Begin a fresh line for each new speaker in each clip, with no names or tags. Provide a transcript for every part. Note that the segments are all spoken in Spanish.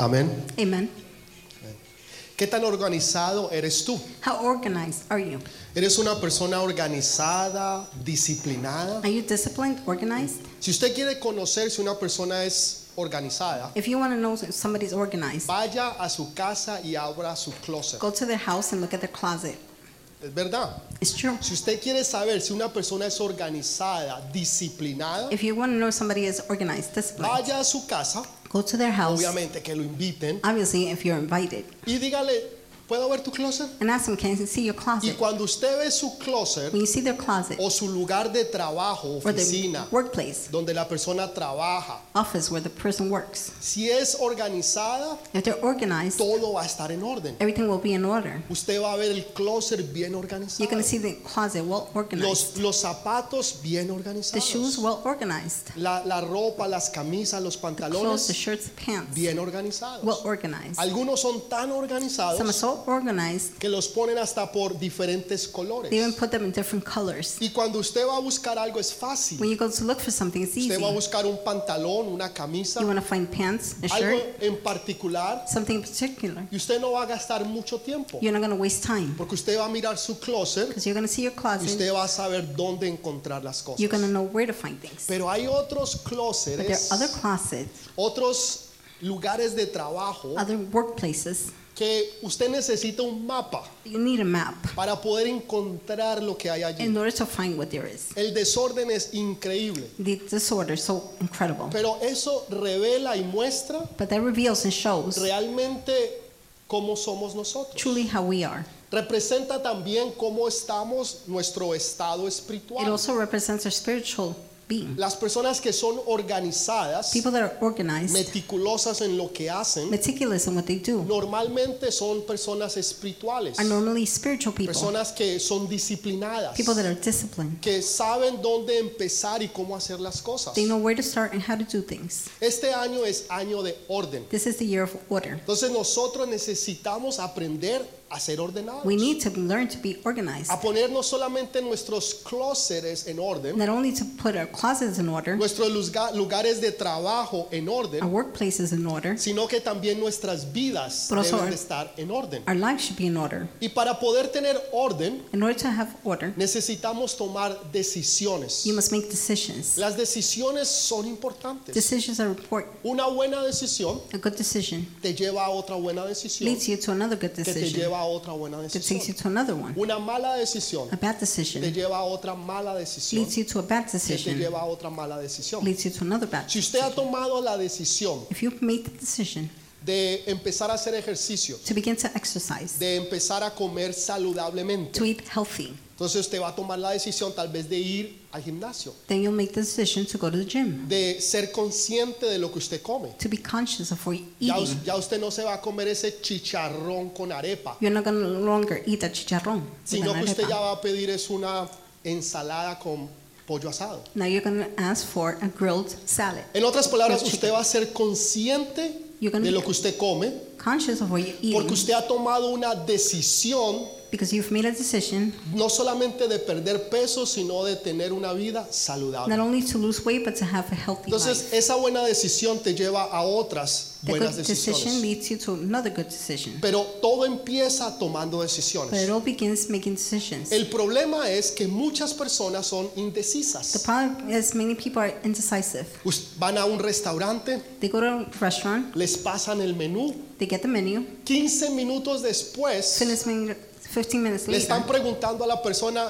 Amén.
Amen.
¿Qué tan organizado eres tú?
How organized are you?
¿Eres una persona organizada, disciplinada?
Are you disciplined, organized?
Si usted quiere conocer si una persona es organizada,
If you want to know if somebody's organized,
vaya a su casa y abra su closet.
go to their house and look at their closet.
Es verdad.
It's true.
Si usted quiere saber si una persona es organizada, disciplinada,
If you want to know if somebody is organized, disciplined,
vaya a su casa,
go to their house.
obviamente que lo inviten,
Obviously, if you're invited,
y dígale, ¿puedo ver tu closet?
and ask them, "Can you see your
Y
closet?"
cuando usted ve su closet
When you see their closet
o su lugar de trabajo,
or their
oficina,
workplace,
donde la persona trabaja,
office where the person works,
si es organizada,
if they're organized,
todo va a estar en orden.
everything will be in order.
Usted va a ver el closet bien
You're
organizado,
going to see the closet well organized,
los, los zapatos bien
the
organizados,
shoes well organized,
la, la ropa, las camisas, los
clothes, the
pantalones
shirts, the pants
bien
well
organizados.
organized.
Algunos son tan
Some are
organizados
so organized
que los ponen hasta por diferentes
They even
colores.
put them in different colors.
Y cuando usted va a buscar algo es fácil.
When you go to look for something, it's easy.
Usted va a
You
buscar un pantalón, una camisa,
want to find pants, a
algo
shirt,
en particular
something in particular.
y usted no va a gastar mucho tiempo
You're not going to waste time
porque usted va a mirar su closet
because you're going to see your
y
closet.
usted va a saber dónde encontrar las cosas.
You're going to know where to find things.
Pero hay otros
But there
closets,
are other closets,
otros lugares de trabajo
other workplaces.
que usted necesita un mapa
You need a map
para poder encontrar lo que hay allí.
in order to find what there is.
El desorden es increíble,
The disorder is so incredible.
pero eso revela y muestra
But that reveals and shows
realmente cómo somos nosotros.
truly how we are.
Representa también cómo estamos, nuestro estado
It
espiritual.
also represents our spiritual being.
Las personas que son organizadas,
People that are organized,
meticulosas en lo que hacen,
meticulous in what they do,
normalmente son personas espirituales,
are normally spiritual people,
personas que son disciplinadas,
people that are disciplined.
que saben dónde empezar y cómo hacer las cosas.
They know where to start and how to do things.
Este año es año de orden.
This is the year of order.
Entonces nosotros necesitamos aprender a ser ordenados,
We need to learn to be organized.
a ponernos solamente nuestros closets en orden,
Not only to put our closets in order,
nuestros lugar- lugares de trabajo en
our
orden,
workplaces in order,
sino que también nuestras vidas
Pero eso-
deben de estar en orden.
our lives should be in order.
Y para poder tener orden,
In order to have order,
necesitamos tomar decisiones.
you must make decisions.
Las decisiones son importantes.
Decisions are important.
Una buena decisión
A good decision
te lleva a otra buena decisión,
leads you to another good
que te
decision
lleva a otra buena
that takes you
decisión.
to another one.
Una mala decisión
A bad
te
decision
lleva a otra mala decisión,
leads you to a bad
que te
decision
lleva a otra mala decisión.
leads you to another bad.
Si usted ha tomado la decisión
If you've made the decision
de empezar a hacer ejercicio,
to begin to exercise,
de empezar a comer saludablemente,
to eat healthy,
entonces usted va a tomar la decisión tal vez de ir al gimnasio,
then you'll make the decision to go to the gym.
de ser consciente de lo que usted come.
to be conscious of what you're
Ya,
eating.
us- ya usted no se va a comer ese chicharrón con arepa,
You're not going to longer eat a chicharrón. with
sino
an
que pues usted
arepa.
ya va a pedir es una ensalada con pollo asado.
Now you're going to ask for a grilled salad.
En otras palabras,
Grilled
usted va a ser consciente
You're gonna
de lo
be-
que usted come,
Conscious of what you're eating
porque usted ha tomado una decisión
because you've made a decision
no solamente de perder peso, sino de tener una vida
not
saludable.
only to lose weight but to have a healthy
Ah. Entonces,
life.
esa buena decisión te lleva a otras
The
buenas
good
decisiones.
decision leads you to another good decision.
Pero todo empieza tomando
But it
decisiones.
all begins making decisions.
El problema es que muchas personas son indecisas.
The problem is many people are indecisive.
Us- Van a un restaurante,
They go to a restaurant,
les pasan el menú.
they get the menu,
15 minutos después
finish menu 15 minutes
le
later,
están preguntando a la persona,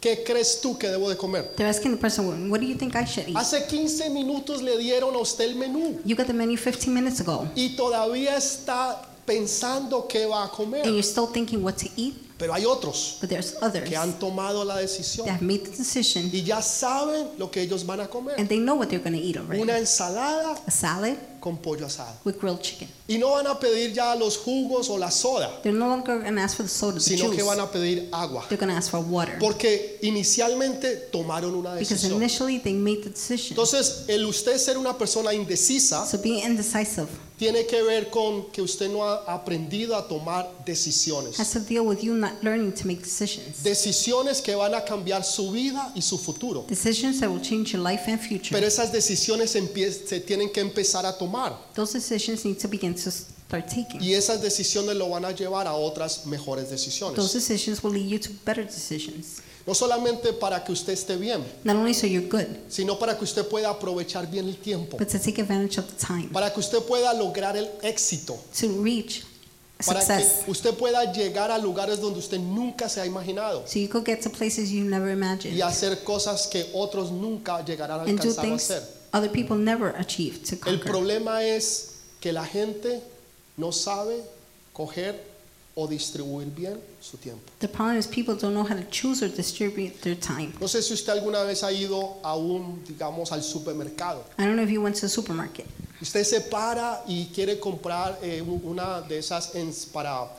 ¿qué crees tú que debo de comer?
they're asking the person, what do you think I should eat?
Hace 15 minutos le dieron a usted el menú
You got the menu 15 minutes ago.
y todavía está pensando qué va a
and
comer.
you're still thinking what to eat,
Pero hay otros
but there's others
que han tomado la
that
decisión
have made the decision
y ya saben lo que ellos van a comer.
and they know what they're going to eat already.
Una ensalada
A salad
con pollo asado.
with grilled chicken.
Y no van a pedir ya los jugos o la soda,
They're no longer going to ask for the soda, the
sino que
juice.
van a pedir agua.
They're going to ask for water
Porque inicialmente tomaron una
because
decisión.
initially they made the decision.
Entonces, el usted ser una persona indecisa
So being indecisive
tiene que ver con que usted no ha aprendido a tomar decisiones.
has to deal with you not learning to make decisions.
Decisiones que van a cambiar su vida y su futuro.
Decisions that will change your life and future.
Pero esas decisiones empie- se tienen que empezar a tomar
Those decisions need to begin to start taking.
y esas decisiones lo van a llevar a otras mejores
Those
decisiones.
decisions will lead you to better decisions.
No solamente para que usted esté bien,
Not only so you're good,
sino para que usted pueda aprovechar bien el tiempo,
but to take advantage of the time,
para que usted pueda lograr el éxito,
to reach
para
success,
que usted pueda llegar a lugares donde usted nunca se ha imaginado
so you could get to places you never imagined
y hacer cosas que otros nunca llegarán a
and do
alcanzar a
things
hacer.
other people never achieved to
El
conquer.
problema es que la gente no sabe coger o distribuir bien su tiempo.
The problem is people don't know how to choose or distribute their time.
No sé si usted alguna vez ha ido a un, digamos, al supermercado.
I don't know if you went to the supermarket
Usted se para y quiere comprar eh, u- una de esas ens- para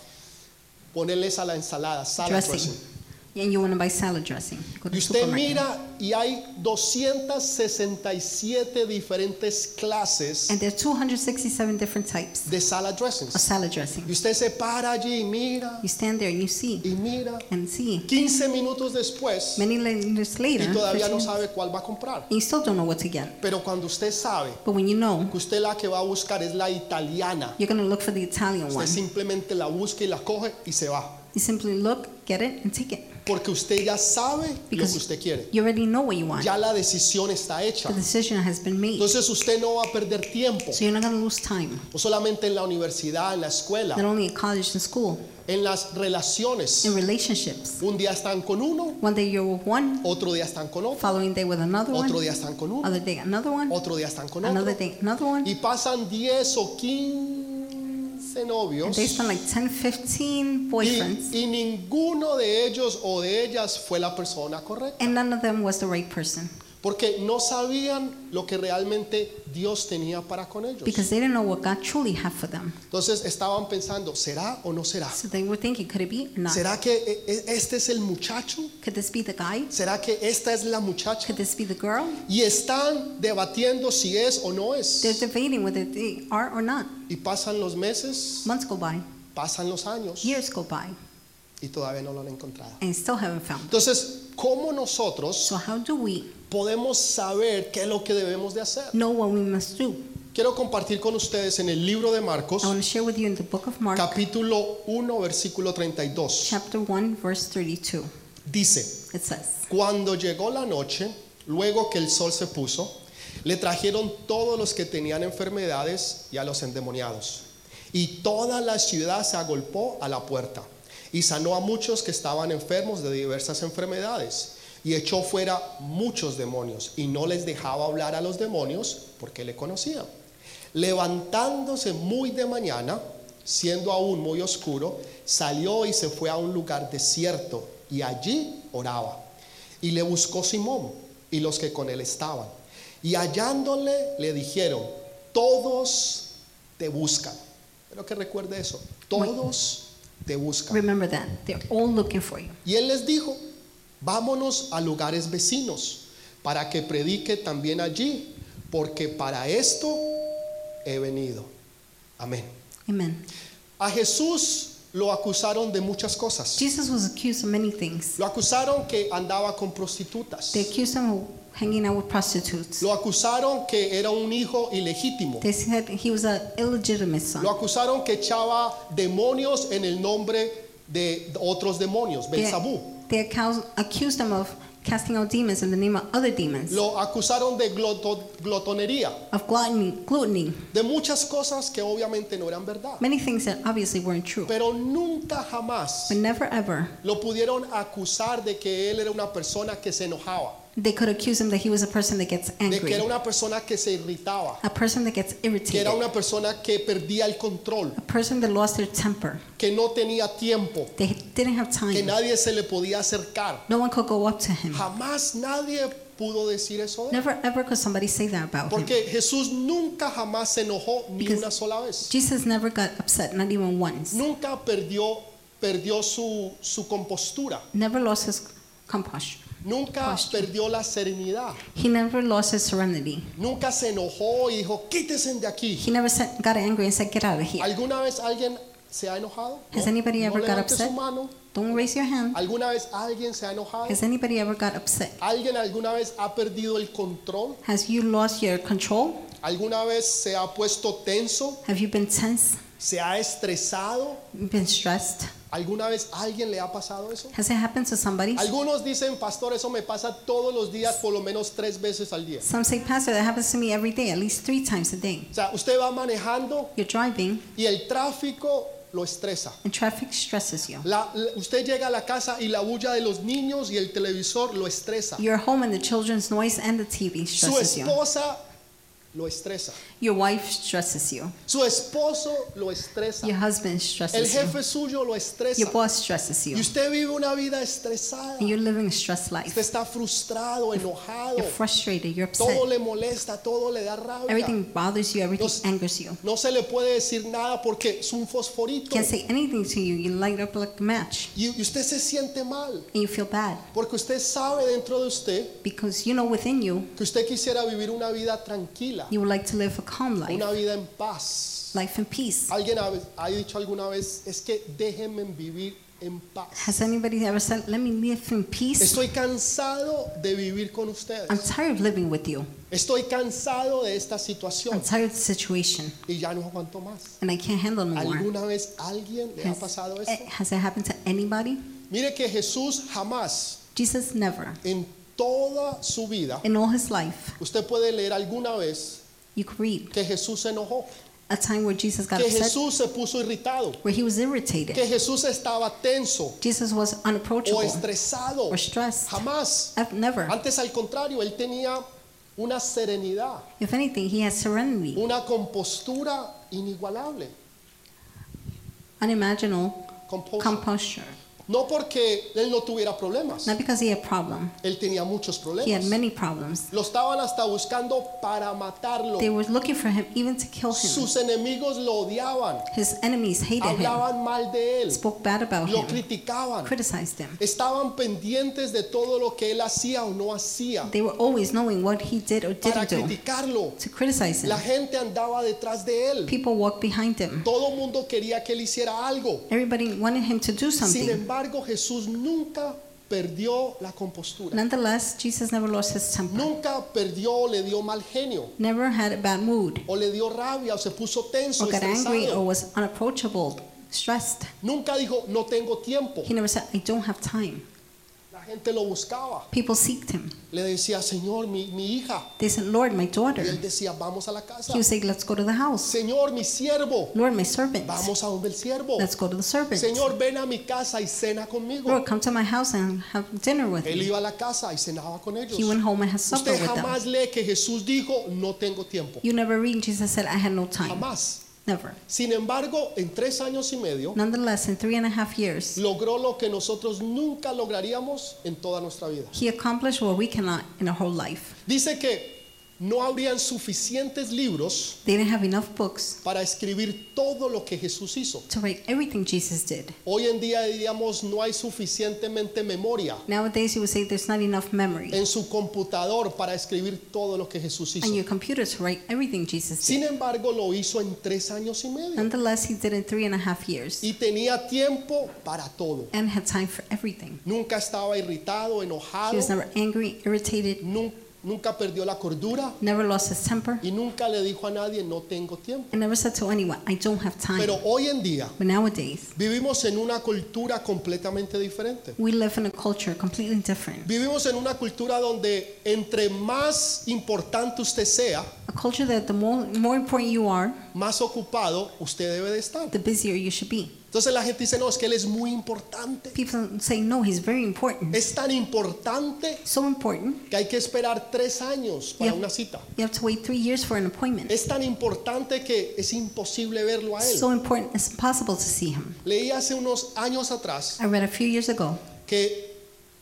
ponerles a la ensalada, salad
dressing,
dressing.
and you want to buy salad dressing. Go to
Y
the
usted
supermarket.
mira y hay 267 diferentes clases
And there are 267 different types
de salad dressings.
of salad
Y
dressing.
usted se para allí y mira
You stand there and you see
y mira.
and see.
15 minutos después
Many years later,
y todavía
15
no
minutes,
sabe cuál va a comprar.
and you still don't know what to get.
Pero cuando usted sabe
But when you know,
que usted la que va a buscar es la italiana,
you're going to look for the Italian
Usted
one.
simplemente la busca y la coge y se va.
You simply look, get it, and take it.
Porque usted ya sabe lo que usted quiere.
you already know what you want.
Ya la decisión está hecha.
The decision has been made.
Entonces usted no va a perder tiempo.
So you're not going to lose time.
No solamente en la universidad, en la
Not
escuela,
only in college and school,
en las relaciones.
in relationships.
Un día están con uno,
One day you're with one,
otro día están con otro,
following day with another
otro
one,
día están con uno,
other day another one,
otro día están con
another
otro.
day another one.
Y pasan 10 o 15
And
novios
they spend like 10, 15 boyfriends,
y, y ninguno de ellos o de ellas fue la persona correcta.
and none of them was the right person
Porque no sabían lo que realmente Dios tenía para con ellos.
because they didn't know what God truly had for them.
Entonces estaban pensando, ¿será o no será?
So they were thinking, could it be? No.
¿Será que eh, eh, este es el muchacho?
Could this be the guy?
¿Será que esta es la muchacha?
Could this be the girl?
Y están debatiendo si es o no
They're
es.
debating whether they are or not.
Y pasan los meses,
Months go by,
pasan los años
years go by,
y todavía no lo han encontrado.
and still haven't found.
Entonces, ¿cómo nosotros
So how do we
podemos saber qué es lo que debemos de hacer?
know what we must do?
Quiero compartir con ustedes en el libro de Marcos,
I want to share with you in the book of Mark,
capítulo 1, versículo 32.
chapter 1, verse 32.
Dice,
It says,
Cuando llegó la noche, luego que el sol se puso, le trajeron todos los que tenían enfermedades y a los endemoniados. Y toda la ciudad se agolpó a la puerta y sanó a muchos que estaban enfermos de diversas enfermedades. Y echó fuera muchos demonios y no les dejaba hablar a los demonios porque le conocían. Levantándose muy de mañana, siendo aún muy oscuro, salió y se fue a un lugar desierto y allí oraba. Y le buscó Simón y los que con él estaban. Y hallándole le dijeron, todos te buscan. Pero que recuerde eso, todos te buscan.
Remember that. They're all looking for you.
Y él les dijo, vámonos a lugares vecinos para que predique también allí, porque para esto he venido. Amén.
Amen.
A Jesús lo acusaron de muchas cosas.
Jesus was accused of many things.
Lo acusaron que andaba con prostitutas.
They accused him of hanging out with prostitutes.
Lo acusaron que era un hijo ilegítimo.
They said he was an illegitimate son.
Lo acusaron que echaba demonios en el nombre de otros demonios,
They,
Belzabú.
they accus- accused him of casting out demons in the name of other demons,
Lo acusaron de gloto- glotonería,
of gluttony, gluttony,
de muchas cosas que obviamente no eran verdad.
many things that obviously weren't true.
Pero nunca jamás
But never ever
lo pudieron acusar de que él era una persona que se enojaba,
they could accuse him that he was a person that gets
de que
angry,
era una persona que se irritaba,
a person that gets
que era
irritated,
una persona que perdía el control,
a person that lost their temper.
que no tenía tiempo,
They didn't have
que
time.
nadie se le podía acercar.
No one could go up to him.
Jamás nadie pudo decir eso de él.
Never ever could somebody say that about him.
Porque Jesús nunca jamás se enojó ni
Because-
una sola vez.
Jesus never got upset, not even once.
Nunca perdió, perdió su, su compostura.
Never lost his composure.
Nunca
Question.
perdió la serenidad.
He never lost his serenity.
Nunca se enojó y dijo, quítense de aquí.
He never said, got angry and said, Get out of here.
¿Alguna vez alguien se ha enojado?
Has anybody ever got
levante su
upset?
mano.
Don't raise your hand.
¿Alguna vez alguien se ha enojado?
Has anybody ever got upset?
¿Alguien alguna vez ha perdido el control?
Has you lost your control?
¿Alguna vez se ha puesto tenso?
Have you been tense?
¿Se ha estresado?
Been stressed?
¿Alguna vez alguien le ha pasado eso?
Has it happened to somebody?
Algunos dicen, pastor, eso me pasa todos los días, por lo menos tres veces al día.
Some say, Pastor, that happens to me every day, at least three times a day.
O sea, usted va manejando
You're driving
y el tráfico lo estresa.
and traffic stresses you.
La- la- usted llega a la casa y la bulla de los niños y el televisor lo estresa.
You're home and the children's noise and the TV
Su
stresses you.
esposa lo estresa.
Your wife stresses you.
Su esposo lo estresa.
Your
El
husband stresses you.
jefe suyo lo estresa.
Your boss stresses
Y
you.
usted vive una vida estresada.
And you're living a stressed life.
Usted está frustrado, enojado.
You're frustrated. You're
Todo
upset.
le molesta, todo le da rabia.
Everything bothers you. Everything
Los-
angers you.
No se le puede decir nada porque es un fosforito.
Can't say anything to you. You light up like a match.
Y y usted se siente mal
And you feel bad
porque usted sabe dentro de usted
because you know within you,
que usted quisiera vivir una vida tranquila,
you would like to live a calm life,
una vida en paz.
life in peace.
¿Alguien ha, ha dicho alguna vez, es que déjenme vivir en paz?
Has anybody ever said, Let me live in peace?
Estoy cansado de vivir con
I'm
ustedes.
tired of living with you.
Estoy cansado de esta
I'm
situación
tired of the situation
y ya no aguanto más.
and I can't handle no more.
¿Alguna vez alguien le ha
Has,
pasado
eh,
esto?
has it happened to anybody?
Mire que Jesús jamás
Jesus never.
en toda su vida,
In all his life,
usted puede leer alguna vez
you could read
que Jesús se enojó,
a time where Jesus got
que
upset,
Jesús se puso irritado,
where he was irritated.
que Jesús estaba tenso
Jesus was
o
unapproachable
estresado.
or stressed.
Jamás.
I've never.
Antes al contrario, él tenía una serenidad,
If anything, he has serenity,
una compostura inigualable.
unimaginable
Composure.
composure.
No porque él no tuviera problemas,
Not because he had problem.
él tenía muchos
He had
problemas.
many problems.
Lo estaban hasta buscando para matarlo.
They were looking for him even to kill him.
Sus enemigos lo odiaban,
His enemies hated him,
hablaban mal de él,
spoke bad about
lo
him,
criticaban.
criticized him.
Estaban pendientes de todo lo que él hacía o no hacía
They were always knowing what he did or
para
didn't do
criticarlo.
to criticize him.
La gente andaba detrás de él.
People walked behind him.
Todo el mundo quería que él hiciera algo.
Everybody wanted him to do
Sin
something.
embargo, Jesús nunca perdió la compostura.
Nonetheless, Jesus never lost his temper.
Nunca perdió o le dio mal genio
Never had a bad mood
o le dio rabia o se puso tenso,
or got angry or
estresado.
was unapproachable, stressed.
Nunca dijo, no tengo tiempo.
He never said, I don't have time.
La gente lo buscaba.
People seeked him.
Le decía, Señor, mi, mi hija.
They said, Lord, my daughter.
Y él decía, vamos a la casa.
He would say, Let's go to the house.
Señor, mi siervo.
Lord, my servant.
Vamos a donde el siervo.
Let's go to the servant.
Señor, ven a mi casa y cena conmigo.
Lord, come to my house and have dinner with
Él
me.
iba a la casa y cenaba con ellos.
He went home and had
Usted
supper with them.
jamás lee que Jesús dijo, no tengo tiempo.
You never read Jesus said, I had no time.
Jamás.
Never.
Sin embargo, en tres años y medio,
Nonetheless, in three and a half years,
logró lo que nosotros nunca lograríamos en toda nuestra vida.
he accomplished what we cannot in our whole life.
Dice que no habrían suficientes libros
They didn't have enough books
para escribir todo lo que Jesús hizo.
to write everything Jesus did.
Hoy en día diríamos no hay suficientemente memoria
Nowadays, you would say there's not enough memory
en su computador para escribir todo lo que Jesús
on
hizo.
your computer to write everything Jesus did.
Sin embargo, lo hizo en tres años y medio
Nonetheless, he did in three and a half years
y tenía tiempo para todo.
and had time for everything.
Nunca estaba irritado, enojado,
He was never angry, irritated,
nun- nunca perdió la cordura
never lost his temper,
y nunca le dijo a nadie no tengo tiempo.
and never said to anyone, I don't have time.
Pero hoy en día
But nowadays,
vivimos en una cultura completamente diferente.
we live in a culture completely different.
Vivimos en una cultura donde entre más importante usted sea,
A culture that the more, more important you are,
más ocupado usted debe de estar.
the busier you should be.
Entonces la gente dice, no, es que él es muy importante.
People say, no, he's very important.
Es tan importante
So important,
que hay que esperar tres años para
Yeah.
una cita.
you have to wait three years for an appointment.
Es tan importante que es imposible verlo a él.
So important, it's impossible to see him.
Leí hace unos años atrás
I read a few years ago,
que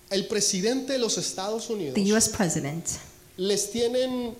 el presidente de los Estados
the
Unidos
US president,
les tienen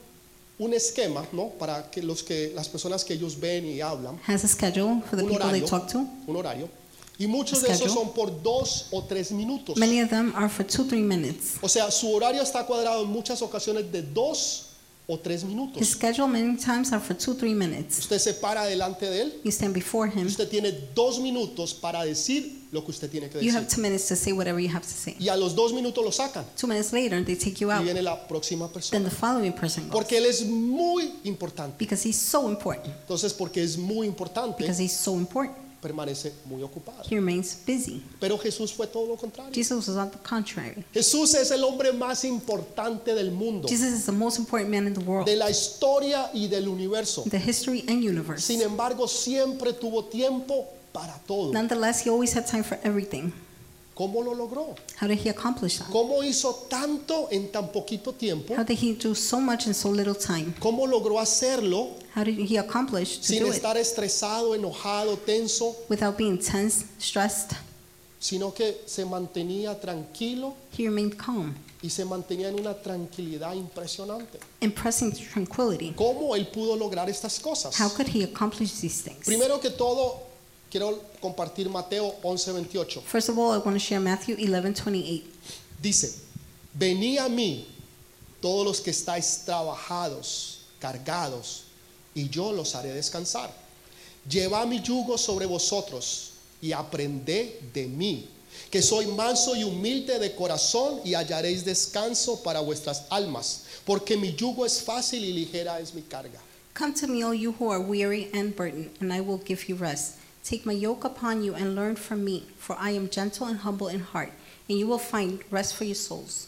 un esquema, ¿no? Para que los que las personas que ellos ven y hablan,
has a schedule for the
un
people they
horario,
talk to,
un horario Y muchos de esos
Schedule.
son por dos o tres minutos.
Many of them are for two, three minutes.
O sea, su horario está cuadrado en muchas ocasiones de dos o tres
His
minutos.
schedule many times are for two, three minutes.
Usted se para delante de él.
You stand before him.
Usted tiene dos minutos para decir lo que usted tiene que
You
decir.
have two minutes to say whatever you have to say.
Y a los dos minutos lo sacan.
Two minutes later, they take you
Y
out.
viene la próxima
Then
persona.
the following person goes.
Porque él es muy importante.
Because he's so important.
Entonces, porque es muy importante,
Because he's so important.
permanece muy ocupado.
He remains busy.
Pero Jesús fue todo lo contrario.
Jesus was on the contrary.
Jesús es el hombre más importante del mundo,
Jesus is the most important man in the world,
de la historia y del universo.
the history and universe.
Sin embargo, siempre tuvo tiempo para todo.
Nonetheless, he always had time for everything.
¿Cómo lo logró?
How did he accomplish that?
¿Cómo hizo tanto en tan poquito tiempo?
How did he do so much in so little time?
¿Cómo logró hacerlo
How did he accomplish to
sin
do it
estar estresado, enojado, tenso,
without being tense, stressed?
sino que se mantenía tranquilo
He remained calm,
y se mantenía en una tranquilidad impresionante?
impressing tranquility.
¿Cómo él pudo lograr estas cosas?
How could he accomplish these things?
Primero que todo, quiero compartir Mateo 11:28.
First of all, I want to share Matthew 11:28.
Dice, venid a mí todos los que estáis trabajados, cargados, y yo los haré descansar. Llevad mi yugo sobre vosotros y aprended de mí, que soy manso y humilde de corazón y hallaréis descanso para vuestras almas, porque mi yugo es fácil y ligera es mi carga.
Come to me, all you who are weary and burdened, and I will give you rest. Take my yoke upon you and learn from me, for I am gentle and humble in heart, and you will find rest for your souls.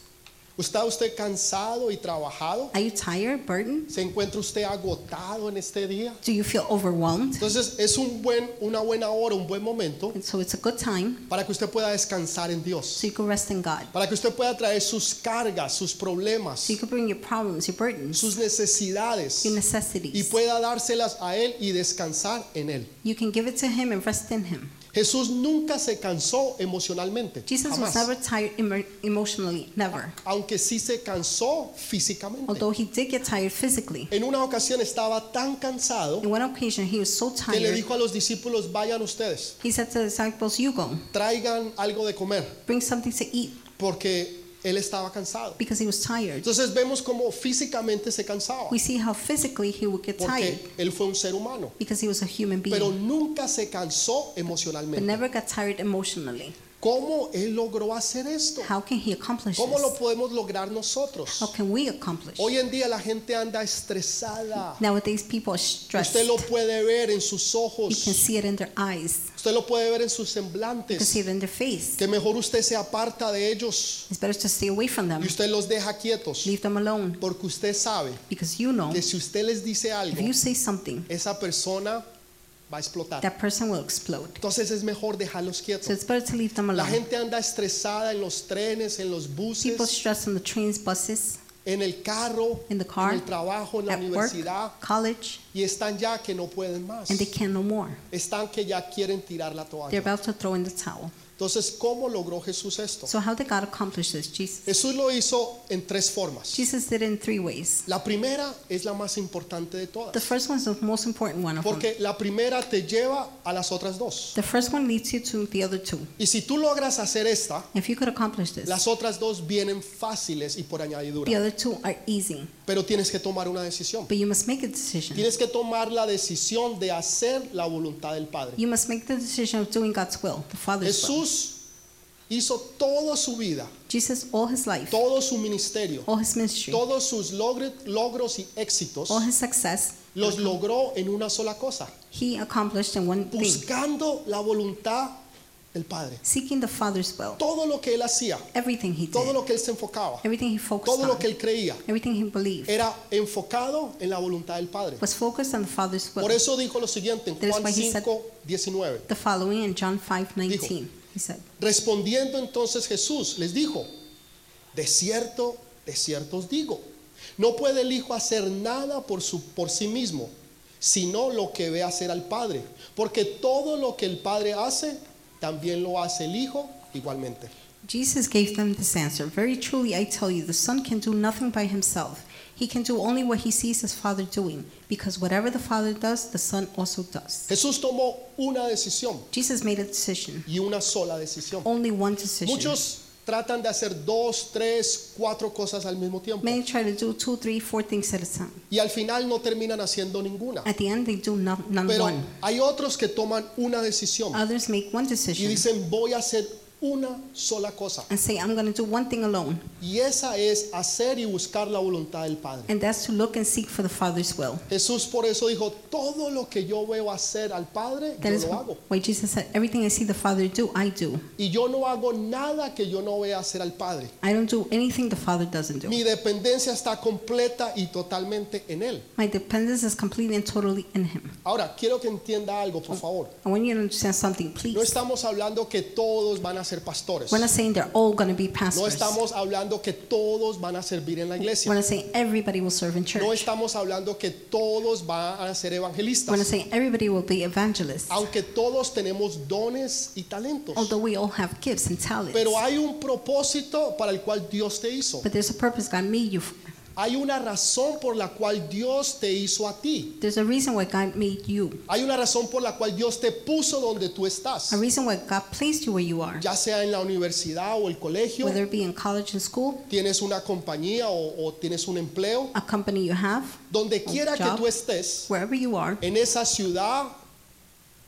¿Está usted cansado y trabajado?
Are you tired, burdened?
¿Se encuentra usted agotado en este día?
Do you feel overwhelmed?
Entonces es un buen, una buena hora, un buen momento
And so it's a good time
para que usted pueda descansar en Dios.
so you can rest in God.
Para que usted pueda traer sus cargas, sus problemas,
So you can bring your problems, your burdens,
sus necesidades
your
y
necessities.
pueda dárselas a Él y descansar en Él.
You can give it to Him and rest in Him.
Jesús nunca se cansó emocionalmente.
Jesus was
jamás.
never tired emo- emotionally, never.
Aunque sí se cansó físicamente.
Although He did get tired physically.
En una ocasión estaba tan cansado
In one occasion, He was so
que le
tired,
dijo a los discípulos, vayan ustedes,
He said to the disciples, You go,
traigan algo de comer,
bring something to eat.
porque Él estaba cansado.
because he was tired.
Entonces vemos cómo físicamente se cansaba,
We see how physically he would get tired
porque Él fue un ser humano.
because he was a human
pero
being,
nunca se cansó
but
emocionalmente.
never got tired emotionally.
¿Cómo él logró hacer esto?
How can he accomplish
¿Cómo lo
this?
podemos lograr nosotros?
How can we accomplish?
Hoy en día la gente anda estresada.
Nowadays, people are stressed.
Usted lo
You
puede ver en sus
can
ojos.
see it in their eyes.
Usted lo puede ver en sus
You can
semblantes.
see it in their face.
Que mejor usted se aparta de ellos
It's better to stay away from them.
y usted los deja quietos.
Leave them alone
Porque usted sabe
because you know
que si usted les dice
if
algo,
you say something,
esa persona va a explotar.
that person will explode.
Entonces es mejor dejarlos
So
quietos.
it's better to leave them
La
alone.
gente anda estresada en los trenes, en los
People
buses.
stress on the trains, buses,
en el carro,
In the car,
en el trabajo, en la
at work,
universidad
college,
y están ya que no pueden más.
and they can no more.
Están que ya quieren tirar la
They're
toalla.
about to throw in the towel.
Entonces, ¿cómo logró Jesús esto?
So how did God accomplish this? Jesus.
Jesús lo hizo en tres formas.
Jesus did it in three ways.
La primera es la más importante de
The
todas,
first one's the most important one of them.
porque la primera te lleva a las otras dos.
The first one leads you to the other two.
Y si tú logras hacer esta,
If you could accomplish this,
las otras dos vienen fáciles y por
the
añadidura.
other two are easy,
Pero tienes que tomar una decisión.
but you must make a decision.
Tienes que tomar la decisión de hacer la voluntad del Padre.
You must make the decision of doing God's will, the Father's will.
Jesús hizo toda su vida,
Jesus, all his life,
todo su ministerio,
all his ministry,
todos sus logre- logros y éxitos,
all his success,
los logró en una sola cosa,
he accomplished in one thing,
buscando la voluntad del Padre.
seeking the Father's will.
Todo lo que él hacía,
Everything he
todo
did,
lo que él se enfocaba,
everything he focused
todo lo
on,
que él creía,
everything he believed,
era enfocado en la voluntad del Padre.
was focused on the Father's will.
Por eso dijo lo siguiente en
That is
Juan
why he said-
5, 19.
The following in John 5:19, he said.
Respondiendo entonces Jesús les dijo, de cierto, de cierto os digo, no puede el Hijo hacer nada por, su, por sí mismo, sino lo que ve hacer al Padre, porque todo lo que el Padre hace, también lo hace el Hijo igualmente.
Jesus gave them this answer Very truly, I tell you, the Son can do nothing by himself. He can do only what he sees his Father doing, because whatever the Father does, the Son also does.
Jesús tomó una decisión
Jesus made a decision,
y una sola decisión.
only one decision.
Muchos tratan de hacer dos, tres, cuatro cosas al mismo tiempo
Many try to do two, three, four things at a time.
y al final no terminan haciendo ninguna.
At the end, they do none, none
Pero
one.
hay otros que toman una decisión
Others make one
y
decision
dicen voy a hacer una sola cosa
and say, I'm going to do one thing alone,
y esa es hacer y buscar la voluntad del Padre.
and that's to look and seek for the Father's will.
Jesús por eso dijo, todo lo que yo veo hacer al Padre, yo
That is
lo hago.
why Jesus said, Everything I see the Father do, I do.
Y yo no hago nada que yo no vea hacer al Padre.
I don't do anything the Father doesn't do.
Mi dependencia está completa y totalmente en Él.
My dependence is completely and totally in Him.
Ahora, quiero que entienda algo, por favor.
I want you to understand something,
No
please.
estamos hablando que todos van a ser pastores.
We're not saying they're all going to be
No
pastors.
estamos hablando que todos van a servir en la
We're
iglesia.
not saying everybody will serve in church.
No estamos hablando que todos van a ser
We're not
evangelistas.
saying everybody will be evangelists.
Aunque todos tenemos dones y talentos.
Although we all have gifts and talents.
Pero hay un propósito para el cual Dios te hizo.
But there's a purpose God made you for.
Hay una razón por la cual Dios te hizo a ti.
There's a reason why God made you.
Hay una razón por la cual Dios te puso donde tú estás,
A reason why God placed you where you are.
ya sea en la universidad o el colegio,
Whether it be in college and school,
tienes una compañía o, o tienes un empleo,
a company you have,
donde quiera que
job.
tú estés,
wherever you are,
en esa ciudad,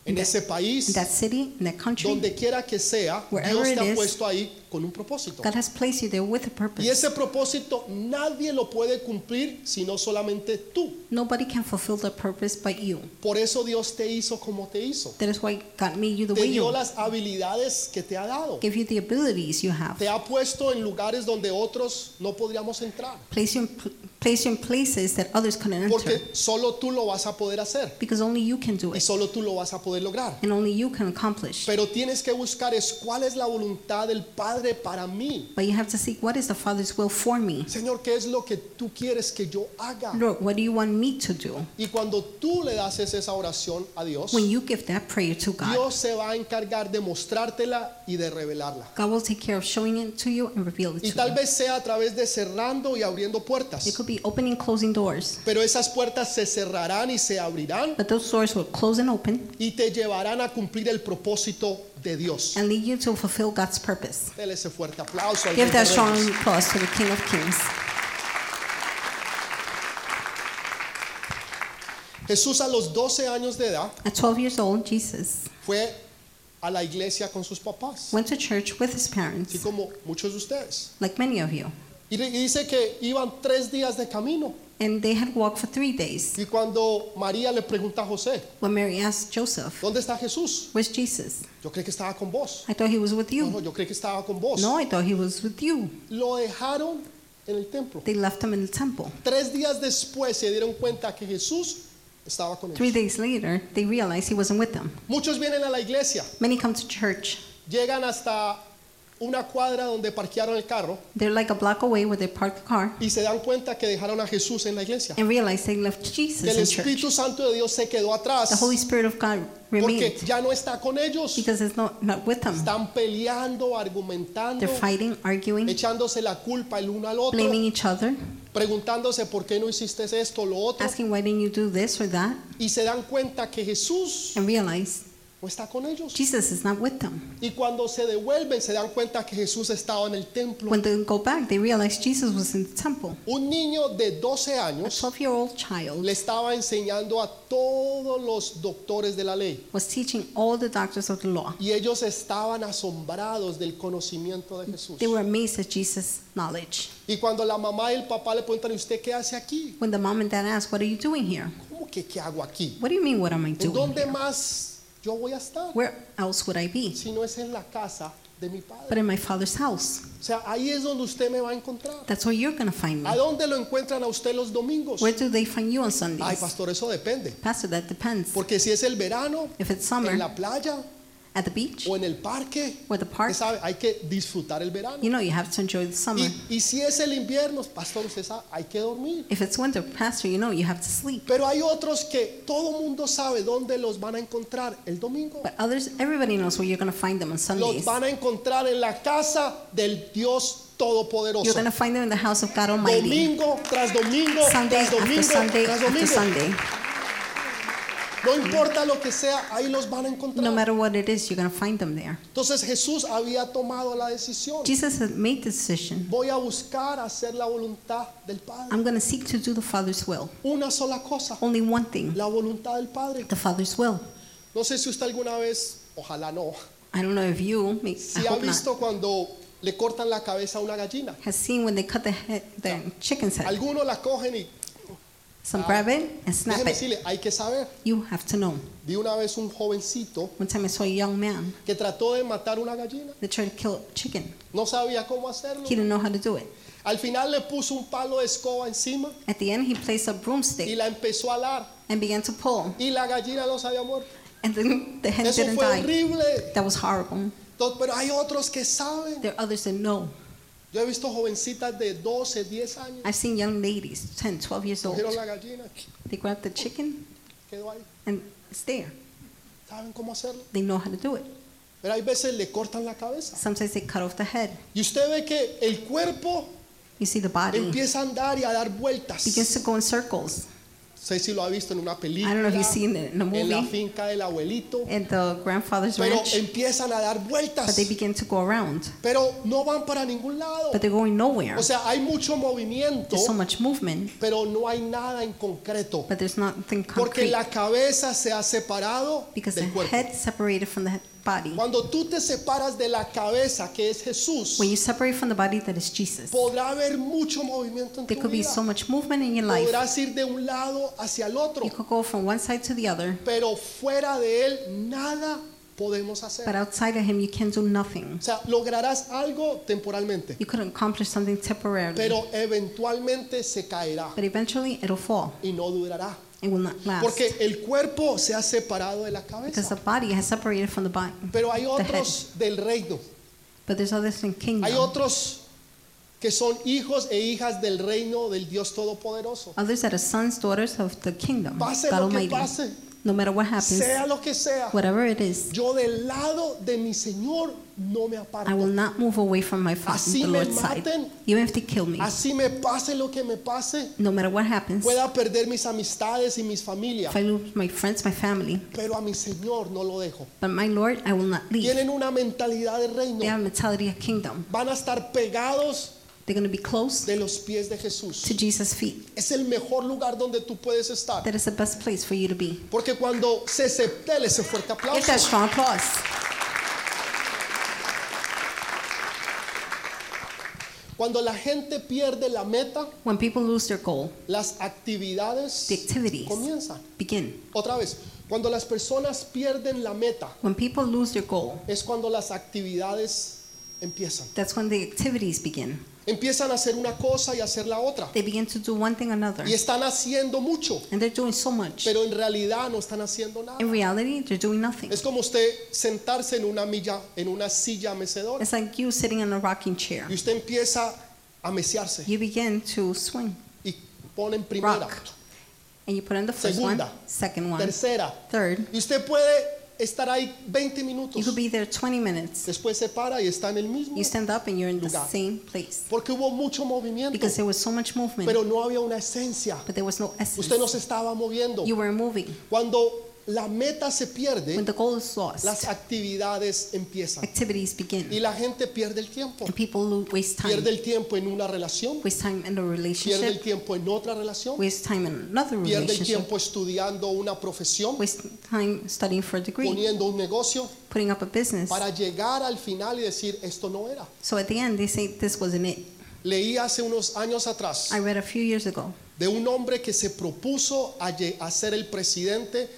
en
That-
ese
in
país,
that city, in that country,
donde quiera que sea,
Wherever
Dios te
it
ha
is.
puesto ahí con un propósito.
God has placed you there with a
Y
purpose.
ese propósito nadie lo puede cumplir sino solamente tú.
Nobody can fulfill that purpose but you.
Por eso Dios te hizo como te hizo.
That is why God made you the
Te
way
dio
you
las habilidades que te ha dado.
give you the abilities you have.
Te ha puesto en lugares donde otros no podríamos entrar.
Place you in, pl- place you in places that others couldn't enter.
Porque solo tú lo vas a poder hacer
Because only you can do
y
it.
solo tú lo vas a poder lograr.
And only you can accomplish.
Pero tienes que buscar es cuál es la voluntad del Padre para mí.
But you have to seek what is the Father's will for me?
Señor, ¿qué es lo que tú quieres que yo haga?
Lord, what do you want me to do?
Y cuando tú le haces esa oración a Dios,
When you give that prayer to God,
Dios se va a encargar de mostrártela y de revelarla.
God will take care of showing it to you and reveal it to
Y tal
you.
vez sea a través de cerrando y abriendo
It
puertas.
could be opening, closing doors.
Pero esas puertas se cerrarán y se abrirán
But those doors will close and open
y te llevarán a cumplir el propósito de Dios.
and lead you to fulfill God's purpose.
Dele ese fuerte aplauso. al
Give
Rey de
that strong
Reyes.
applause to the King of Kings.
Jesús a los 12 años de edad
At 12 years old, Jesus
fue a la iglesia con sus papás,
went to church with his
así
parents,
como muchos de ustedes.
like many of you.
Y re- y dice que iban tres días de camino.
And they had walked for three days.
Y cuando María le pregunta a José,
When Mary asked Joseph,
¿dónde está Jesús?
Where's Jesus?
Yo creí que estaba con vos.
I thought he was with
No, no,
you.
yo creí que estaba con vos.
No, I thought he was with you.
Lo dejaron en el templo.
They left him in the temple.
Tres días después se dieron cuenta que Jesús estaba con
Three
ellos.
days later, they realized he wasn't with them.
Muchos vienen a la iglesia,
Many come to church.
llegan hasta una cuadra donde parquearon el carro
They're like a block away where they park the car
y se dan cuenta que dejaron a Jesús en la iglesia.
and realize they left
que
Jesus
el
in church.
Espíritu Santo de Dios se quedó
The
atrás
Holy Spirit of God
porque
remained
ya no está con ellos.
because it's not, not with them.
Están peleando, argumentando,
They're fighting, arguing,
echándose la culpa el uno al otro,
blaming each other,
preguntándose por qué no hiciste esto o lo otro
asking why didn't you do this or that,
y se dan cuenta que Jesús
and realize
no está con ellos.
Jesus is not with them.
Y cuando se devuelven se dan cuenta que Jesús estaba en el templo.
When they go back, they realize Jesus was in the temple.
Un niño de 12
A
años
12 year old child
le estaba enseñando a todos los doctores de la ley
was teaching all the doctors of the law.
y ellos estaban asombrados del conocimiento de Jesús.
They were amazed at Jesus' knowledge.
Y cuando la mamá y el papá le preguntan, ¿y usted qué hace aquí?
When the mom and dad asked, What are you doing here?
¿Cómo que qué hago aquí?
What do you mean, what am I
¿En
doing?
dónde
here?
más yo voy a estar?
Where else would I be?
Si no es en la casa de mi
But
padre.
in my father's house.
O sea, ahí es donde usted me va a encontrar.
That's where you're going to find
¿A
me.
dónde lo encuentran a usted los domingos?
Where do they find you on
Ay,
Sundays?
pastor, eso depende.
Pastor, that depends.
Porque si es el verano,
If
en
it's summer,
la playa,
at the beach
o en el parque.
or the
Usted
park.
sabe, hay que disfrutar el verano.
You know, you have to enjoy the summer.
Y, y si es el invierno, pastor, usted sabe, hay que dormir.
If it's winter, Pastor, you know, you have to sleep.
Pero hay otros que todo mundo sabe dónde los van a encontrar el domingo.
But others, everybody knows where you're going to find them on
Los
Sundays.
van a encontrar en la casa del Dios
You're
Todopoderoso.
going to find them in the house of God Almighty.
Domingo tras domingo,
Sunday
tras domingo,
after Sunday
tras
after
domingo.
Sunday.
No importa lo que sea, ahí los van a
No
encontrar.
matter what it is, you're going to find them there.
Entonces Jesús había tomado la decisión.
Jesus had made the decision.
Voy a buscar hacer la voluntad del Padre.
I'm going to seek to do the Father's will.
Una sola cosa,
Only one thing,
la voluntad del Padre.
the Father's will.
No sé si usted alguna vez, ojalá no,
I don't know if you, may- I
si ha
hope not,
visto cuando le cortan la cabeza a una gallina.
has seen when they cut the head, the chicken's head,
Algunos la cogen y
some grab it and snap
déjeme
it.
decirle, hay que saber.
You have to know.
Vi una vez un jovencito
One time I saw a young man
que trató de matar una gallina.
that tried to kill a chicken.
No sabía cómo hacerlo.
He didn't know how to do it.
Al final le puso un palo de escoba encima
At the end, he placed a
y
broomstick
la empezó a alar.
and began to pull,
Y la gallina no sabía amor.
and then the head
Eso
didn't
fue
die.
horrible.
That was horrible.
To- Pero hay otros que saben.
There are others that know.
Yo he visto jovencitas de 12, 10 años.
I've seen young ladies, 10, 12 years old,
Cogieron la gallina,
they grab the chicken
quedó ahí.
and it's there.
Saben cómo hacerlo.
They know how to do it.
Pero hay veces le cortan la cabeza.
Sometimes they cut off the head.
Y usted ve que el cuerpo
You see the body
empieza a andar y a dar vueltas.
begins to go in circles.
sé si lo ha visto en una película,
I don't know if you've seen it in a
en la
movie
finca del abuelito,
at the grandfather's
pero
ranch,
empiezan a dar
but
vueltas,
they begin to go around,
pero no van para ningún lado.
but they're going nowhere.
O sea, hay mucho movimiento,
There's so much movement,
pero no hay nada en concreto,
but there's nothing
porque
concrete
la cabeza se ha separado
because the
del cuerpo.
head separated from the body.
Cuando tú te separas de la cabeza, que es Jesús,
When you separate from the body, that is Jesus.
podrá haber mucho movimiento en
There
tu
could be
vida.
so much movement in your life.
Podrás ir de un lado hacia el otro,
You could go from one side to the other,
pero fuera de él nada podemos hacer.
but outside of Him, you can do nothing.
O sea, lograrás algo temporalmente,
You could accomplish something temporarily,
pero eventualmente se caerá
but eventually it'll fall.
y no durará.
It will not last
Porque el cuerpo se ha separado de la
because the
cabeza.
body has separated from the body.
Pero hay
the head.
otros del reino.
But there's others in
Hay
kingdom,
otros que son hijos e hijas del reino del Dios Todopoderoso.
others that are sons, daughters of the kingdom,
Pase
God
lo que
Almighty.
pase,
No matter what happens,
sea lo que sea,
whatever it is,
yo del lado de mi Señor no me
I
aparto.
will not move away from my father,
Así
the
me
Lord's side.
maten.
Even if they kill me,
Así me pase lo que me pase,
no matter what happens,
pueda perder mis amistades y mis familias,
if I lose my friends, my family,
pero a mi Señor no lo dejo.
but my Lord, I will not leave.
tienen una mentalidad de
They
reino.
have a mentality of kingdom.
Van a estar pegados
They're going to be close
de los pies de Jesús.
to Jesus' feet.
Es el mejor lugar donde tú puedes estar.
That is the best place for you to be.
Porque cuando se sepele ese fuerte
Give
aplauso,
that strong applause.
cuando la gente pierde la meta,
When people lose their goal,
las actividades
The activities.
comienzan.
begin.
Otra vez, cuando las personas pierden la meta,
When people lose their goal,
es cuando las actividades empiezan.
that's when the activities begin.
Empiezan a hacer una cosa y a hacer la otra.
They begin to do one thing another.
Y están haciendo mucho,
And they're doing so much.
pero en realidad no están haciendo nada.
In reality, they're doing nothing.
Es como usted sentarse en una milla, en una silla mecedora
It's like you sitting in a rocking chair.
y usted empieza a meciarse
You begin to swing,
y pone en primera,
rock, and you put in the first one,
Segunda.
second one,
tercera
third.
y usted puede estar ahí 20 minutos.
You could be there 20 minutes.
Después se para y está en el mismo
You stand up and you're in the
Lugar.
same place
porque hubo mucho movimiento,
because there was so much movement,
pero no había una esencia.
but there was no
Usted no
essence.
se estaba moviendo.
You were moving.
Cuando la meta se
When
pierde,
the goal is
las
lost,
actividades empiezan
activities
y
begin,
la gente pierde el tiempo.
and people lo- waste time.
Pierde el tiempo en una relación,
Waste time in
pierde
a
el
relationship.
tiempo en otra relación.
Waste time in another
pierde el
relationship.
tiempo estudiando una profesión,
Waste time studying for a degree,
poniendo un negocio
putting up a business.
para llegar al final y decir esto no era.
So at the end, they say this wasn't it.
Leí hace unos años atrás
I read a few years ago
de un hombre que se propuso a, lle- a ser el presidente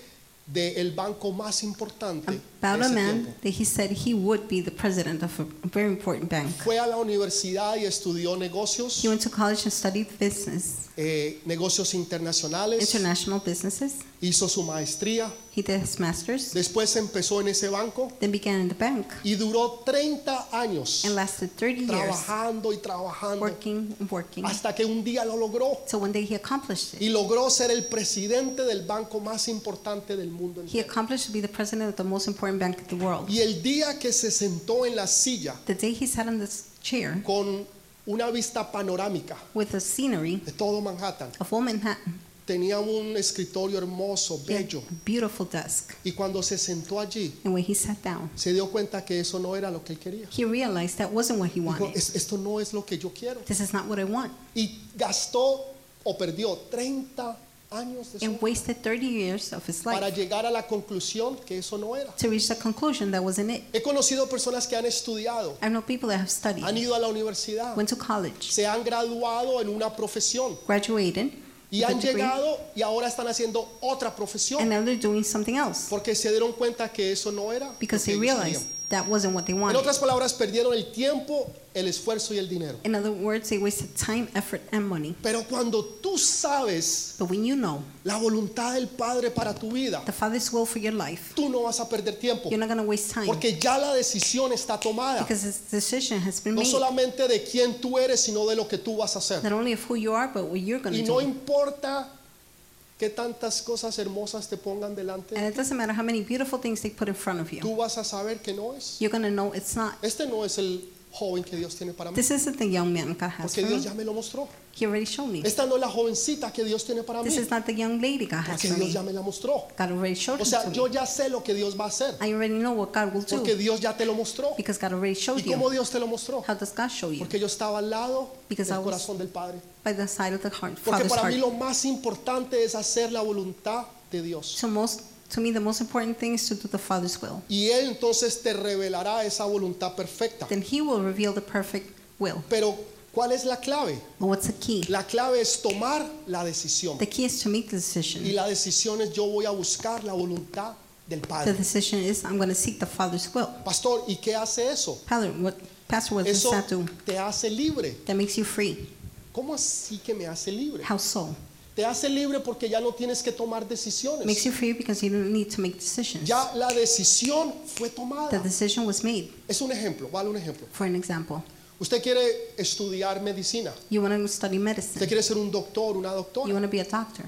del banco más
Um,
importante de
about a
ese
man
tiempo.
that he said he would be the president of a very important bank.
Fue a la universidad y estudió negocios,
He went to college and studied business,
eh, negocios internacionales,
international businesses,
hizo su maestría,
He did his master's,
después empezó en ese banco
then began in the bank,
y duró 30 años
and lasted 30 years,
trabajando y trabajando
working and working,
hasta que un día lo logró
till one day he accomplished it.
y logró ser el presidente del banco más importante del mundo.
He
entero.
accomplished to be the president of the most important bank in the world.
Y el día que se sentó en la silla
The day he sat on this chair
con una vista panorámica
with the scenery
de todo Manhattan,
of all Manhattan,
tenía un escritorio hermoso,
he had
bello,
a beautiful desk.
y cuando se sentó allí,
And when he sat down,
se dio cuenta que eso no era lo que él quería.
he realized that wasn't what he
Dijo,
wanted.
"Es- esto no es lo que yo quiero.
This is not what I want.
Y gastó o perdió 30 años de su
And wasted 30 years of his
para
life
llegar a la conclusión que eso no era.
to reach the conclusion that wasn't it.
He conocido personas que han estudiado,
I know people that have
han
studied,
ido a la universidad,
went to college,
se han graduado en una profesión
graduated,
y
with a
han
degree,
llegado y ahora están haciendo otra
and
profesión
now they're doing something else
porque se dieron cuenta que eso no era. lo
because
que
they
ellos
realized
querían.
that wasn't what they
En
wanted.
otras palabras, perdieron el tiempo, el esfuerzo y el dinero.
In other words, they wasted time, effort, and money.
Pero cuando tú sabes
But when you know
la voluntad del Padre para tu vida,
the Father's will for your life,
tú no vas a perder tiempo
you're not going to waste time
porque ya la decisión está tomada.
because this decision has been
No
made
solamente de quién tú eres, sino de lo que tú vas a hacer.
not only of who you are, but what you're going
Y
to
no
do.
importa que tantas cosas hermosas te pongan delante,
And it doesn't matter how many beautiful things they put in front of you,
tú vas a saber que no es.
you're going to know it's not.
Este no es el joven que Dios tiene para mí,
This isn't the young man God has for
porque Dios
me.
ya me lo mostró.
He already showed me.
Esta no es la jovencita que Dios tiene para mí,
This is not the young lady God has
porque
for
Dios ya
me.
me la mostró.
God already showed
O
him
sea,
to
yo
me.
ya sé lo que Dios va a hacer,
I already know what God will
porque
do
Dios ya te lo mostró.
because God already showed
¿Y cómo
you.
Dios te lo mostró?
How does God show you?
Porque yo estaba al lado del
Because I was-
corazón del Padre.
By the side of the heart,
Porque
Father's
para mí
heart.
lo más importante es hacer la voluntad de Dios.
So most, to me, the most important thing is to do the Father's will.
Y Él entonces te revelará esa voluntad perfecta.
Then He will reveal the perfect will.
Pero, ¿cuál es la clave?
But what's the key?
La clave es tomar la decisión.
The key is to make the
Y
decision.
la decisión es yo voy a buscar la voluntad del
The
Padre.
decision is I'm going to seek the Father's will.
Pastor, ¿y qué hace eso?
Father, what Pastor, what does
Eso
that do?
te hace libre.
That makes you free.
¿Cómo así que me hace libre?
How so?
Te hace libre porque ya no tienes que tomar
Makes
decisiones.
you free because you don't need to make decisions.
Ya la decisión fue tomada.
The decision was made.
Es un ejemplo, vale un ejemplo.
For an example,
Usted quiere estudiar medicina.
you want to study
Usted
medicine.
quiere ser un doctor, una
You
doctora.
want to be a doctor.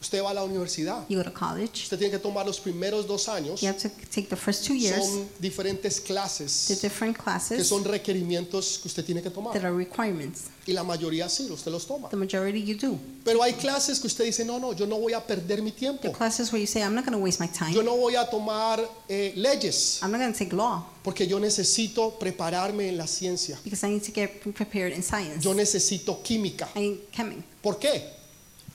Usted va a la universidad.
You go to college.
Usted tiene que tomar los primeros dos años.
You have to take the first two years,
Son diferentes
the
clases
different
que
classes
son requerimientos que usted tiene que tomar.
that are requirements.
Y la mayoría sí, usted los toma.
The majority you do.
Pero hay clases que usted dice, no, no, yo no voy a perder mi
The
tiempo.
classes where you say, I'm not going to waste my time.
Yo no voy a tomar eh, leyes
I'm not going to take law
porque yo necesito prepararme en la ciencia.
because I need to get pre- prepared in science.
Yo necesito química.
I need chemi-
¿Por qué?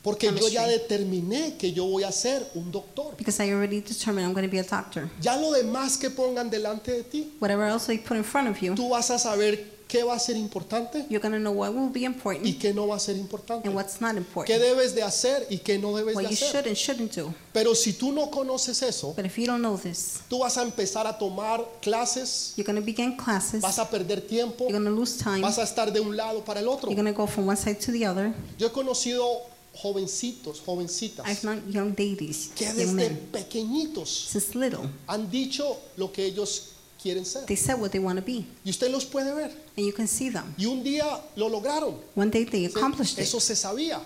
Porque yo ya
Chemistry.
determiné que yo voy a ser un doctor.
because I already determined I'm going to be a doctor.
Ya lo demás que pongan delante de ti,
Whatever else they put in front of you,
tú vas a saber qué va a ser importante
you're going to know what will be
y
important
qué no va a ser importante.
and what's not
qué
important,
debes de hacer y qué no debes de
what you
hacer.
should and shouldn't do.
Pero si tú no conoces eso,
But if you don't know this,
tú vas a empezar a tomar clases,
you're going to begin classes,
vas a perder tiempo,
you're going to lose time,
vas a estar de un lado para el otro.
you're going to go from one side to the other.
Yo he conocido jovencitos,
I've
jovencitas,
known young ladies,
que
young
desde
men,
pequeñitos
since little.
han dicho lo que ellos quieren ser.
They said what they want to be,
Y usted los puede ver.
and you can see them.
Y un día lo lograron.
One day they accomplished it.
Eso se sabía.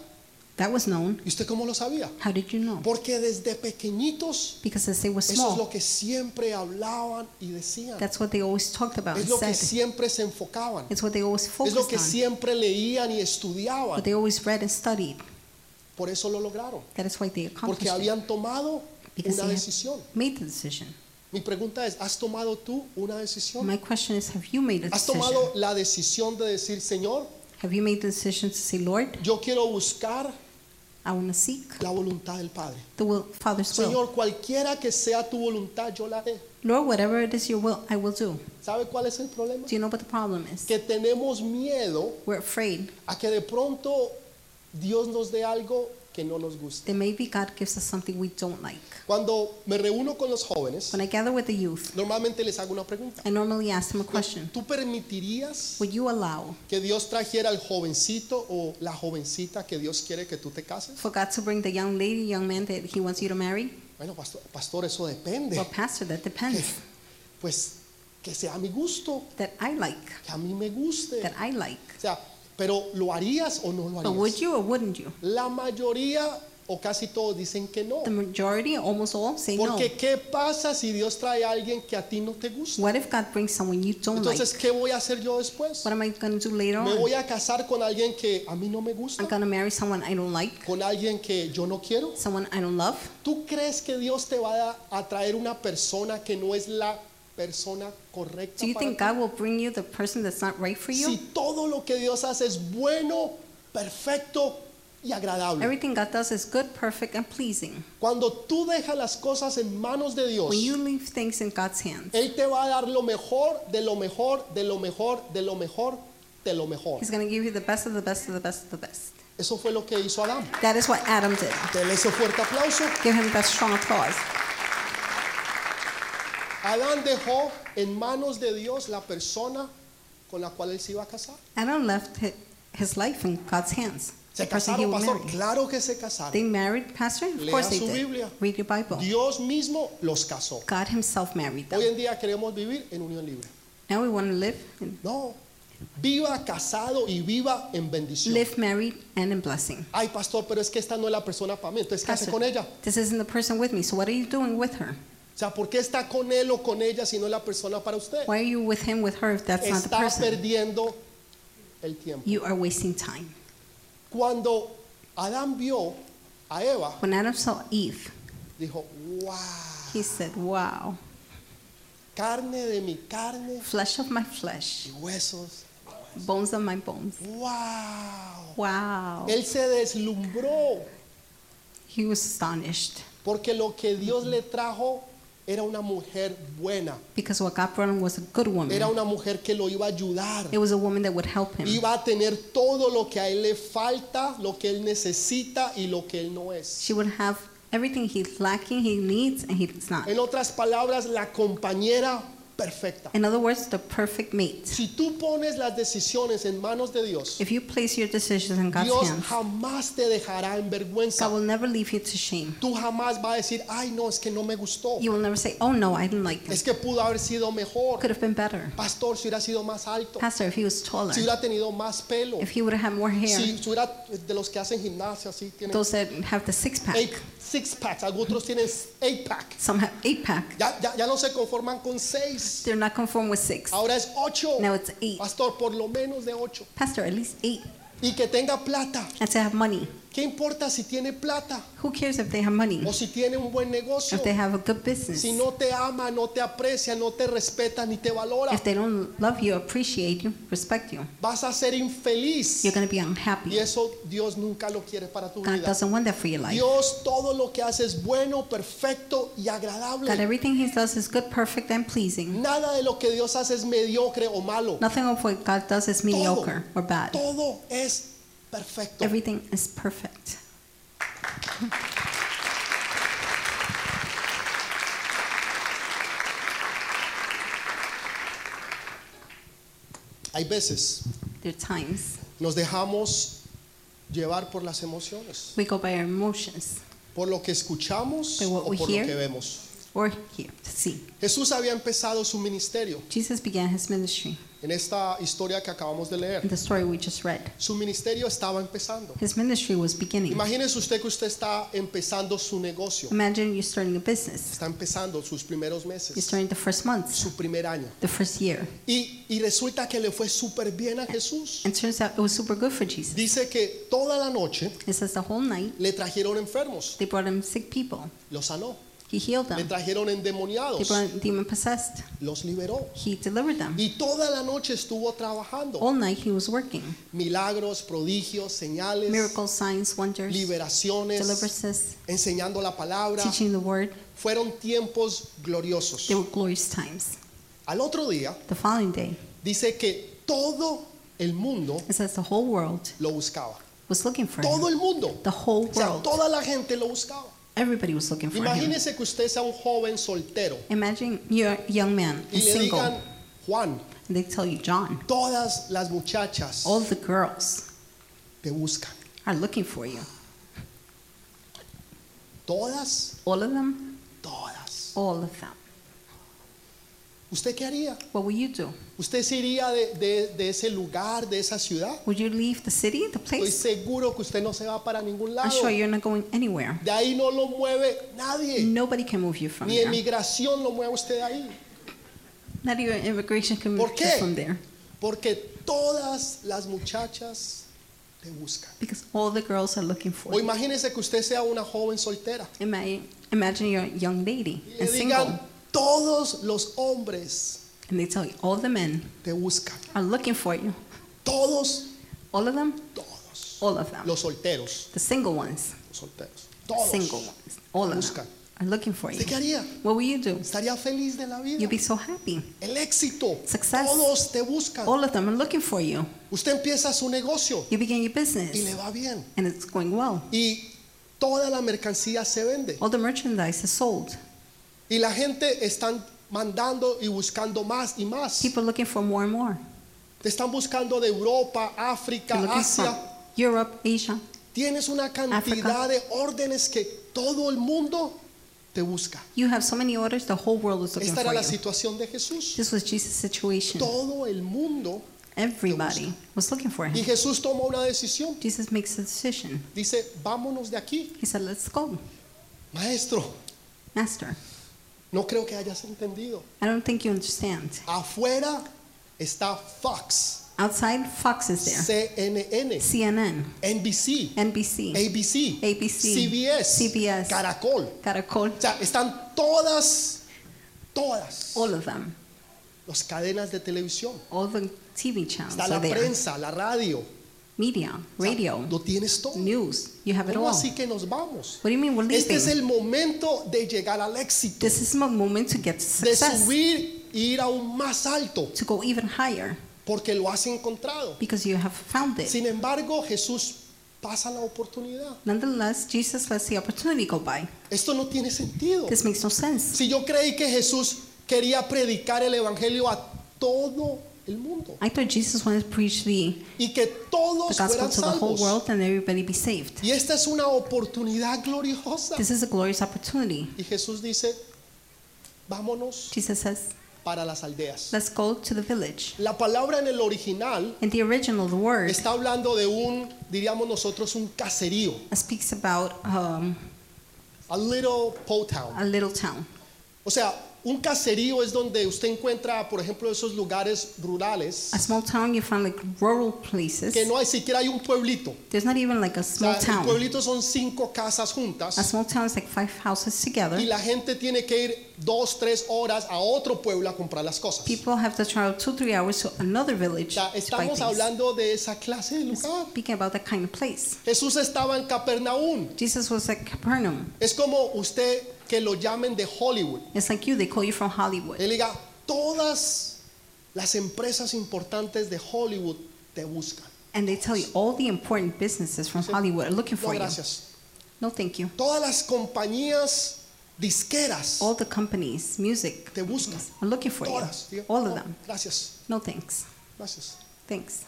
That was known.
¿Y usted cómo lo sabía?
How did you know?
Porque desde pequeñitos,
Because as they were
eso es lo
small,
que siempre hablaban y decían.
that's what they always talked about
Es
and
lo que
said.
siempre se enfocaban.
It's what they always
Es lo
focused
que
on,
siempre leían y
what
estudiaban.
they always read and studied.
Por eso lo lograron.
That is why they
Porque
accomplished it.
habían tomado
Because
una
they had-
decisión.
Made the decision.
Mi pregunta es, ¿has tomado tú una decisión?
My question is, have you made a
¿Has
decision?
tomado la decisión de decir, Señor,
Have you made the decision to say, Lord,
yo quiero buscar
I want to seek
la voluntad del Padre?
the will, Father's will.
Señor, cualquiera que sea tu voluntad, yo la haré.
Lord, whatever it is your will, I will do.
¿Sabe cuál es el problema?
Do you know what the problem is?
Que tenemos miedo
We're afraid
a que de pronto Dios nos dé algo que no nos gusta.
then maybe God gives us something we don't like.
Cuando me reúno con los jóvenes,
When I gather with the youth,
normalmente les hago una pregunta.
I normally ask them a question
¿Tú permitirías
Would you allow
que Dios trajera al jovencito o la jovencita que Dios quiere que tú te cases?
for God to bring the young lady, young man that He wants you to marry?
Bueno, pastor, pastor, eso depende.
Well, Pastor, that depends.
Pues que sea a mi gusto,
That I like.
que a mí me guste.
That I like.
O sea, pero ¿lo harías o no lo
But would
harías?
you or wouldn't you?
La mayoría o casi todos dicen que no.
The majority, almost all, say no.
Porque ¿qué pasa si Dios trae a alguien que a ti no te gusta?
What if God brings someone you don't like?
Entonces, ¿qué voy a hacer yo después?
What am I going to do later
Me
on?
voy a casar con alguien que a mí no me
I'm
gusta,
going to marry someone I don't like,
con alguien que yo no quiero.
someone I don't love.
¿Tú crees que Dios te va a atraer una persona que no es la persona correcta?
Do you
para
think
ti?
God will bring you the person that's not right for
Si
you?
todo lo que Dios hace es bueno, perfecto y agradable.
Everything God does is good, perfect, and pleasing.
Cuando tú dejas las cosas en manos de Dios,
When you leave things in God's hands,
Él te va a dar lo mejor, de lo mejor, de lo mejor, de lo mejor, de lo mejor.
He's going to give you the best of the best of the best of the best.
Eso fue lo que hizo Adán.
That is what Adam did.
Dele ese fuerte aplauso.
Give him that strong applause.
Adán dejó en manos de Dios la persona con la cual él se iba a casar.
Adam left hi- his life in God's hands.
¿Se
The person he
casaron,
would
pastor?
marry.
Claro que se
They
casaron.
married, Pastor? Of
Lea
course they
su
did.
Biblia.
Read your Bible.
Dios mismo los casó.
God himself married them.
Hoy en día queremos vivir en unión libre.
Now we want to live in
No. Viva casado y viva en bendición.
live married and in blessing.
Ay, pastor, pero es que esta no es la persona para mí. Entonces, ¿qué hace
Pastor,
con ella?
This isn't the person with me, so what are you doing with her?
O sea, ¿por qué está con él o con ella si no es la persona para usted?
Why are you with him, with her, if that's Pues, not the
Está
person?
perdiendo el tiempo.
You are wasting time.
Cuando Adán vio a Eva,
When Adam saw Eve,
dijo, wow,
Pues, he said, Wow,
carne de mi carne
flesh of my flesh,
y huesos.
bones of my bones.
Wow.
Wow.
Él se deslumbró
He was astonished
porque lo que Dios le trajo era una mujer buena,
because what God brought him was a good woman.
era una mujer que lo iba a ayudar.
It was a woman that would help him.
Iba a tener todo lo que a él le falta, lo que él necesita y lo que él no es.
She would have everything he's lacking, he needs, and he's not.
En otras palabras, la compañera perfecta.
In other words, the perfect mate.
Si tú pones las decisiones en manos de Dios,
If you place your decisions in God's
Dios
hands,
jamás te dejará en
God
vergüenza.
will never leave you to shame.
Tú jamás vas a decir, ay no, es que no me gustó.
You will never say, "Oh no, I didn't like
Es
this.
que pudo haber sido mejor.
Could have been better."
Pastor, si hubiera sido más alto,
Pastor, if he was taller,
si hubiera tenido más pelo,
if he would have had more hair,
si hubiera de los que hacen gimnasia, así tienen
those that have the six pack,
eight, six packs, algunos tienen eight pack.
some have eight pack.
Ya, ya, ya no se conforman con seis,
They're not conformed with six.
ahora es ocho.
Now it's eight.
Pastor, por lo menos de ocho.
Pastor, at least eight,
Y que tenga plata.
and to have money.
¿Qué importa si tiene plata
Who cares if they have money?
o si tiene un buen negocio?
If they have a good business?
Si no te ama, no te aprecia, no te respeta ni te valora,
If they don't love you, appreciate you, respect you,
vas a ser infeliz.
you're gonna be
Y
unhappy.
eso Dios nunca lo quiere para tu
God
vida.
doesn't want that for your life.
Dios todo lo que hace es bueno, perfecto y
God,
agradable.
everything He does is good, perfect, and pleasing.
Nada de lo que Dios hace es mediocre o malo.
Nothing of what God does is mediocre or bad.
Todo es perfecto.
Everything is perfect.
Hay veces
There are times
nos dejamos llevar por las emociones,
we go by our emotions
por lo que escuchamos
By
o
what
por
we
lo
hear.
que vemos.
or here to see.
Jesús había empezado su ministerio
Jesus began his ministry
en esta historia que acabamos de leer.
in the story we just read.
Su ministerio estaba empezando.
His ministry was beginning.
Imagínese usted que usted está empezando su negocio.
Imagine you're starting a business.
Está empezando sus primeros
You're
meses,
starting the first month,
su primer año.
the first year.
Y, y resulta que le fue súper bien a Jesús.
And turns out it was super good for Jesus.
Dice que toda la noche
It says the whole night
le trajeron enfermos,
they brought him sick people.
los sanó.
He healed
Le
them.
trajeron
They
endemoniados,
brought demon possessed.
los liberó.
He delivered them.
Y toda la noche estuvo trabajando.
All night he was working.
Milagros, prodigios, señales,
Miracles, signs, wonders,
liberaciones,
deliverances,
enseñando la palabra.
teaching the word.
Fueron tiempos gloriosos.
They were glorious times.
Al otro día
The following day,
dice que todo el mundo
it says the whole world
lo buscaba.
was looking for him.
Todo el mundo.
The whole
O sea,
world.
toda la gente lo buscaba.
Everybody was looking for him.
Imagínese que usted sea un joven soltero
Imagine you're a young man,
y
and
le
single,
digan, Juan,
and they tell you, John,
todas las muchachas
all the girls
te buscan.
are looking for you.
Todas,
All of them?
todas.
All of them.
¿Usted qué haría?
What will you do?
¿Usted se iría de, de- de ese lugar, de esa ciudad?
Would you leave the city, the
Estoy
place?
seguro que usted no se va para ningún
I'm
lado.
sure you're not going anywhere.
De ahí no lo mueve nadie.
Nobody can move you from
Ni
there.
emigración lo mueve usted de ahí.
Not even immigration can
¿Por
move you
qué?
from there.
Porque todas las muchachas te buscan.
Because all the girls are looking for
O
you.
imagínese que usted sea una joven soltera.
Ima- Imagine you're a young lady
Y
and
le
single,
digan, todos los hombres
and they tell you, all the men
te buscan.
are looking for you.
Todos,
All of them?
todos.
All of them.
Los solteros,
The single ones,
los solteros. Todos.
single ones, all of
Buscan.
them are looking for you.
¿Usted qué haría?
What will you do?
Estaría feliz de la vida.
You'll be so happy.
El éxito.
Success.
Todos te buscan.
All of them are looking for you.
Usted empieza su negocio
You begin your
y le
business,
va bien.
and it's going well.
Y toda la mercancía se vende.
All the merchandise is sold.
Y la gente están mandando y buscando más y más.
People looking for more and more.
Te están buscando de Europa, África,
They're looking from
Asia.
Europe, Asia.
Tienes una cantidad de órdenes que todo el mundo te busca.
You have so many orders, the whole world is looking
Esta era
for
la
you.
situación de Jesús.
This was Jesus' situation.
Todo el mundo.
Everybody was looking for
Y
him.
Jesús tomó una decisión.
Jesus makes a decision.
Dice, vámonos de aquí.
He said, Let's go,
Maestro,
Master.
no creo que hayas entendido.
I don't think you understand.
Afuera está Fox,
Outside, Fox is there,
CNN,
CNN,
NBC,
NBC,
ABC,
ABC,
CBS,
CBS.
Caracol.
Caracol,
O sea, están todas, todas
all of them,
las cadenas de televisión.
all the TV channels
Está
are
la
there.
prensa, la radio. O
Media,
sea,
radio,
Lo tienes todo.
news, you have it
¿Cómo
all.
así que nos vamos?
What do you mean we're
Este es
leaving?
el momento de llegar al éxito,
This is my moment to get to
de
success,
subir e ir aún más alto,
to go even higher,
porque lo has encontrado.
because you have found it.
Sin embargo, Jesús pasa la oportunidad.
Nonetheless, Jesus lets the opportunity go by.
Esto no tiene sentido.
This makes no sense.
Si yo creí que Jesús quería predicar el Evangelio a todo el mundo
I thought Jesus wanted to preach the,
y que
the
todos
gospel
fueran
to the whole
salvos.
world and everybody be saved.
Y esta es una oportunidad gloriosa.
This is a glorious opportunity.
Y Jesús dice, vámonos
Jesus says,
para las aldeas.
Let's go to the village.
La palabra en el original
In the original, the word
está hablando de un, diríamos nosotros, un caserío,
uh, speaks about um,
a little po town.
a little town.
O sea, un caserío es donde usted encuentra, por ejemplo, esos lugares rurales
A small town, you find like rural places.
que no hay siquiera hay un pueblito.
There's not even like a
O sea,
small
el
town.
pueblito son cinco casas
A
juntas
small town is like five houses together.
y la gente tiene que ir dos, tres horas a otro pueblo a comprar las cosas.
People have to travel two, three hours to another
O
village
sea,
to buy
estamos
things.
hablando de esa clase de lugar.
Speaking about that kind of place.
Jesús estaba en Capernaum.
Jesus was at Capernaum.
Es como usted que lo llamen de Hollywood.
It's like you, they call you from Hollywood.
Él diga, todas las empresas importantes de Hollywood te buscan.
And they tell you all the important businesses from Hollywood are looking
No,
for you.
gracias.
No, thank you.
Todas las compañías disqueras
All the companies, music,
te buscan.
are looking for you.
Todas. Diga,
All of
"No,
them.
Gracias,
No, thanks.
gracias.
Thanks.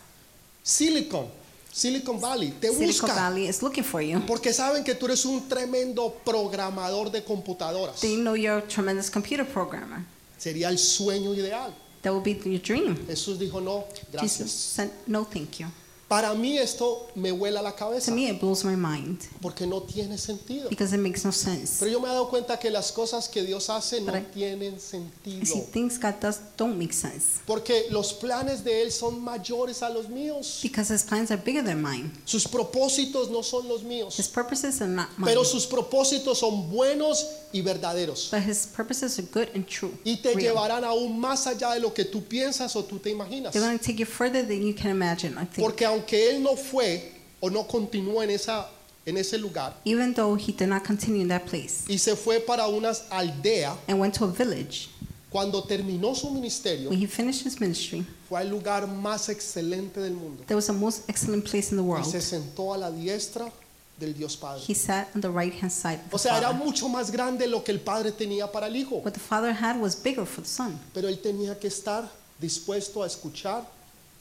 Silicon, Silicon Valley, te
Silicon
buscan.
Valley is looking for you.
Porque saben que tú eres un tremendo programador de computadoras.
They know you're a tremendous computer programmer.
Sería el sueño ideal.
That will be your dream.
Jesús dijo, no,
Jesus
gracias.
said, no, thank you.
Para mí esto me vuela la
To
cabeza
me, it blows my mind
porque no tiene sentido.
because it makes no sense.
Pero yo me he dado cuenta que las cosas que Dios hace no
Pero-
tienen
I see
sentido.
things God does don't make sense
Porque los planes de Él son mayores a los míos.
because His plans are bigger than mine.
Sus propósitos no son los míos.
His purposes are not mine.
Pero sus propósitos son buenos y verdaderos.
But His purposes are good and true.
Y te
real.
llevarán aún más allá de lo que tú piensas o tú te imaginas.
They're going to take you further than you can imagine, I think.
Porque aunque Él no fue o no continuó en, esa, en ese lugar
Even though He did not continue in that place
y se fue para una aldea,
and went to a village,
Cuando terminó su ministerio,
When he finished his ministry,
fue al lugar más excelente del mundo.
there was a most excellent place in the
Y se
world.
sentó a la diestra del Dios Padre.
He sat on the right hand side of
O
the
sea, era
Father.
mucho más grande lo que el Padre tenía para el Hijo.
What the Father had was bigger for the Son,
Pero él tenía que estar dispuesto a escuchar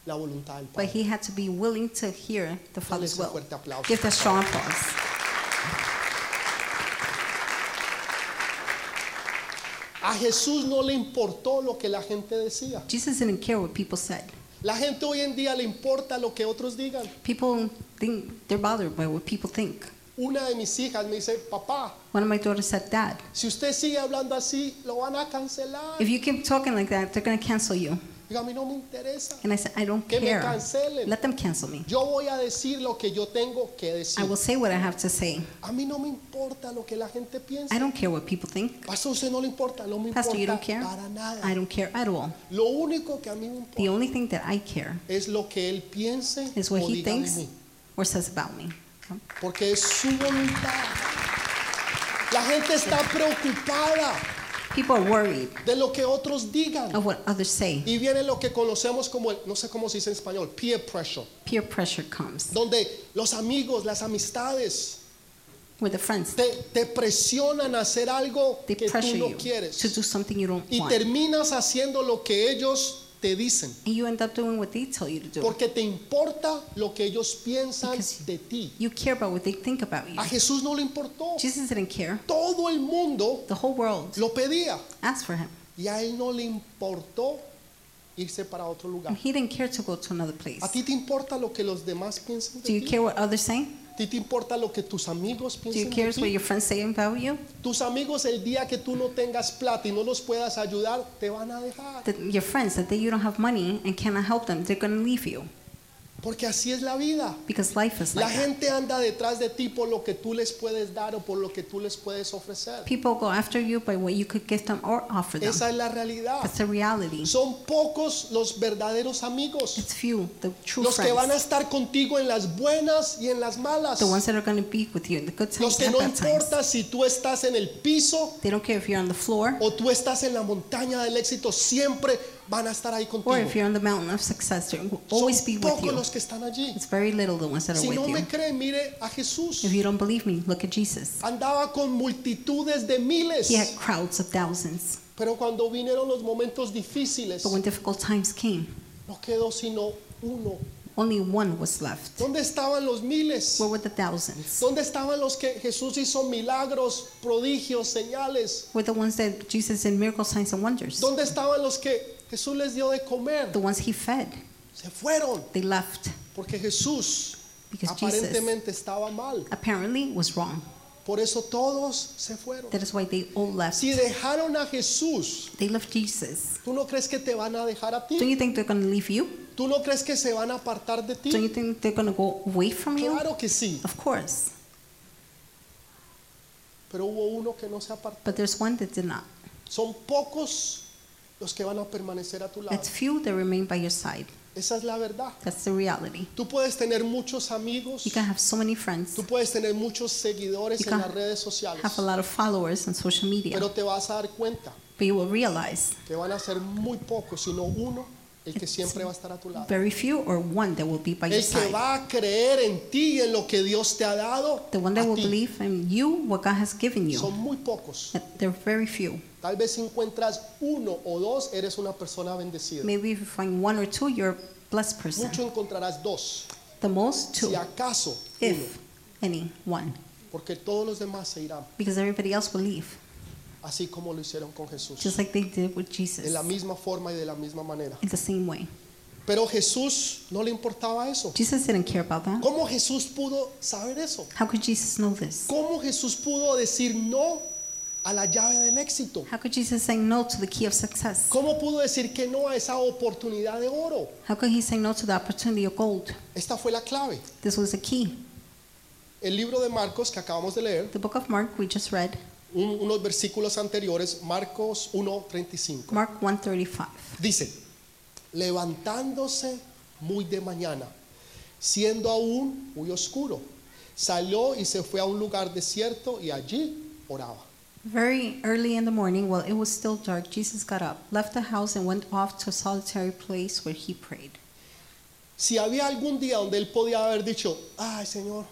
la voluntad del
but
Padre.
he had to be willing to hear the
Dale
Father's
ese
will.
fuerte aplauso.
Give that strong applause.
A Jesús no le importó lo que la gente decía.
Jesus didn't care what people said.
La gente hoy en día le importa lo que otros digan.
People think they're bothered by what people think.
Una de mis hijas me dice, papá,
One of my daughters said, Dad,
si usted sigue hablando así, lo van a cancelar.
if you keep talking like that, they're going to cancel you.
Digo, a mí no me interesa.
And I said, I don't
Que me
care.
cancelen.
Let them cancel me.
Yo voy a decir lo que yo tengo que
I
decir.
will say what I have to say.
A mí no me importa lo que la gente piensa.
I don't care what people think.
Pastor, a usted no le importa, no me
Pastor, you
importa
don't care?
para
I
nada.
don't care at all.
Lo único que a mí me
The
importa
only thing that I care
es lo que él piense
is what
o
he
diga de
thinks
mí,
or says about me.
porque es su voluntad. La gente está preocupada
People are worried
de lo que otros digan.
of what others say.
Y viene lo que conocemos como, el- no sé cómo se dice en español, peer pressure,
Peer pressure comes
donde los amigos, las amistades
with the friends.
te, te presionan a hacer algo
They
que tú
pressure
no
you to
quieres.
do something you don't
Y
want. And
terminas haciendo lo que ellos te dicen,
you end up doing what they tell you to do.
porque te importa lo que ellos piensan
Because-
de ti.
You care about what they think about you.
A Jesús no le importó.
Jesus didn't care.
Todo el mundo
The whole world
lo pedía
asked for him.
y a él no le importó irse para otro
And
lugar.
he didn't care to go to another place.
¿A ti te importa lo que los demás piensan
Do
de
you
ti?
care what others say?
¿A ti te importa lo que tus amigos
Do you
piensan
care
de
what
ti?
your friends say about you?
Tus amigos el día que tú no tengas plata y no los puedas ayudar, te van a dejar.
That your friends, that they, you don't have money and cannot help them, they're going to leave you.
Porque así es la vida.
Because life is
La
like that.
gente anda detrás de ti por lo que tú les puedes dar o por lo que tú les puedes ofrecer.
People go after you by what you could give them or offer them.
Esa es la realidad.
That's the reality.
Son pocos los verdaderos amigos.
It's few, the true
Los que van a
friends.
estar contigo en las buenas y en las malas.
The ones that are going to be with you in the good
Los
times
que
and
no
bad times.
importa si tú estás en el piso
They don't care if you're on the floor
o tú estás en la montaña del éxito, siempre van a estar ahí
or
contigo.
if you're on the mountain of success. They will always be
Son
with
pocos
you.
los que están allí.
It's very little the ones that are
Si no
with you.
me cree, mire a Jesús.
If you don't believe me, look at Jesus.
Andaba con multitudes de miles,
He had crowds of thousands.
pero cuando vinieron los momentos difíciles,
But when difficult times came,
no quedó sino uno.
only one was left.
¿Dónde estaban los miles?
Where were the thousands?
¿Dónde estaban los que Jesús hizo milagros, prodigios, señales?
Were the ones that Jesus did miracle signs and wonders.
¿Dónde estaban los que Jesús les dio de comer?
The ones he fed,
Se fueron
they left
porque Jesús
because Jesus
aparentemente estaba mal.
apparently was wrong.
Por eso todos se fueron.
That is why they all left.
Si dejaron a Jesús,
They left Jesus.
¿tú no crees que te van a dejar a
Don't
ti?
you think they're going to leave you?
¿Tú no crees que se van a apartar de
Don't
ti?
you think they're going to go away from you?
Claro que sí.
Of course.
pero hubo uno que no se apartó.
But there's one that did not.
Son pocos los que van a permanecer a tu lado.
It's few that remain by your side.
Esa es la verdad.
That's the reality.
Tú puedes tener muchos amigos,
You can have so many friends,
tú puedes tener muchos seguidores
You
en
can
las redes sociales,
have a lot of followers on social media,
pero te vas a dar cuenta
but you will realize
que van a ser muy pocos, sino uno el que siempre va a estar a tu lado.
very few or one that will be by your
El que
side.
va a creer en ti y en lo que Dios te ha dado,
The one that
a
will
ti.
believe in you, what God has given you.
son muy pocos.
But There are very few.
Tal vez si encuentras uno o dos, eres una persona bendecida.
Maybe if you find one or two, you're a blessed person.
Mucho encontrarás dos,
The most, two,
si acaso uno,
if any, one.
porque todos los demás se irán.
Because everybody else will leave,
así como lo hicieron con Jesús,
just like they did with
de
Jesus,
la misma forma y de la misma manera.
in the same way.
Pero Jesús no le importaba eso.
Jesus didn't care about that.
¿Cómo Jesús pudo saber eso?
How could Jesus know this?
¿Cómo Jesús pudo decir no a la llave del éxito?
How could Jesus say no to the key of success?
¿Cómo pudo decir que no a esa oportunidad de oro?
How could he say no to the opportunity of gold?
Esta fue la clave.
This was a key.
El libro de Marcos que acabamos de leer,
The book of Mark we just read,
un- unos versículos anteriores, Marcos 1:35,
Mark 135.
dice, levantándose muy de mañana, siendo aún muy oscuro, salió y se fue a un lugar desierto y allí oraba.
Very early in the morning, while it was still dark, Jesus got up, left the house, and went off to a solitary place where he prayed.
Si había algún día donde él podía haber dicho, ay Señor,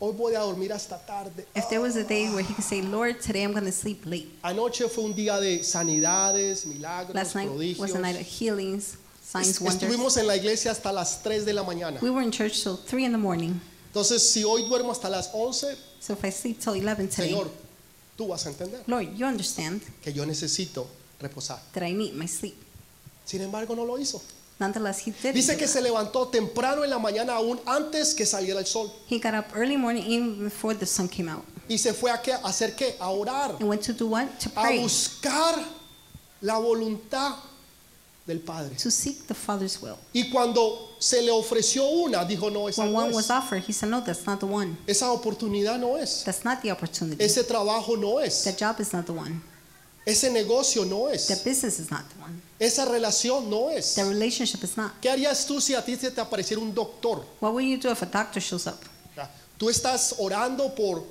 hoy voy a dormir hasta tarde.
If there was a day where he could say, Lord, today I'm going to sleep late.
Ah". Anoche fue un día de sanidades, milagros,
Last night was a night of
prodigios.
healings, signs, wonders.
Estuvimos en la iglesia hasta las 3 de la mañana.
We were in church till 3 in the morning.
Entonces, si hoy duermo hasta las 11,
So if I sleep till 11 today,
Señor, tú vas a entender
Lord, you understand
que yo necesito reposar.
that I need my sleep.
Sin embargo, no lo hizo.
Nonetheless, he did.
Dice
it.
que se levantó temprano en la mañana, aún antes que saliera el sol,
He got up early morning, even before the sun came out,
y se fue a, qué- a hacer qué? A orar,
and went to do what? To
a
pray,
buscar la voluntad del Padre.
to seek the Father's will.
Y cuando se le ofreció una, dijo, no, esa
When
no
one was
es.
offered, he said, No, that's not the one.
Esa oportunidad no es.
That's not the opportunity.
Ese trabajo no es.
That job is not the one.
Ese negocio no
That
es.
business is not the one.
Esa relación no es.
That relationship is not.
¿Qué harías tú si a ti se te apareciera un doctor?
What will you do if a doctor shows up?
O sea, Tú estás orando por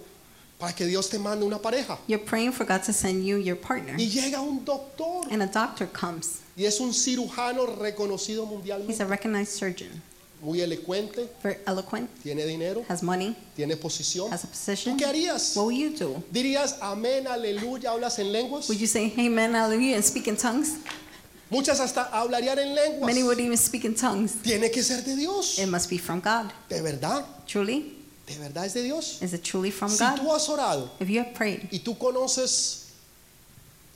para que Dios te mande una pareja
You're praying for God to send you your partner,
y llega un doctor
and a doctor comes.
y es un cirujano reconocido
He's
mundialmente,
a recognized surgeon,
muy elocuente,
very eloquent,
tiene dinero,
has money,
tiene posición.
has a
¿Tú
position.
qué harías?
What will you do?
Dirías amén, aleluya, hablas en lenguas.
Would you say, Hey, man, hallelujah, and speak in tongues?
Muchas hasta hablarían en
Many would
lenguas.
even speak in tongues.
Tiene que ser de Dios.
It must be from God.
De verdad,
Truly?
de verdad es de Dios.
Is it truly from
Si
God?
tú has orado
If you have prayed
y tú conoces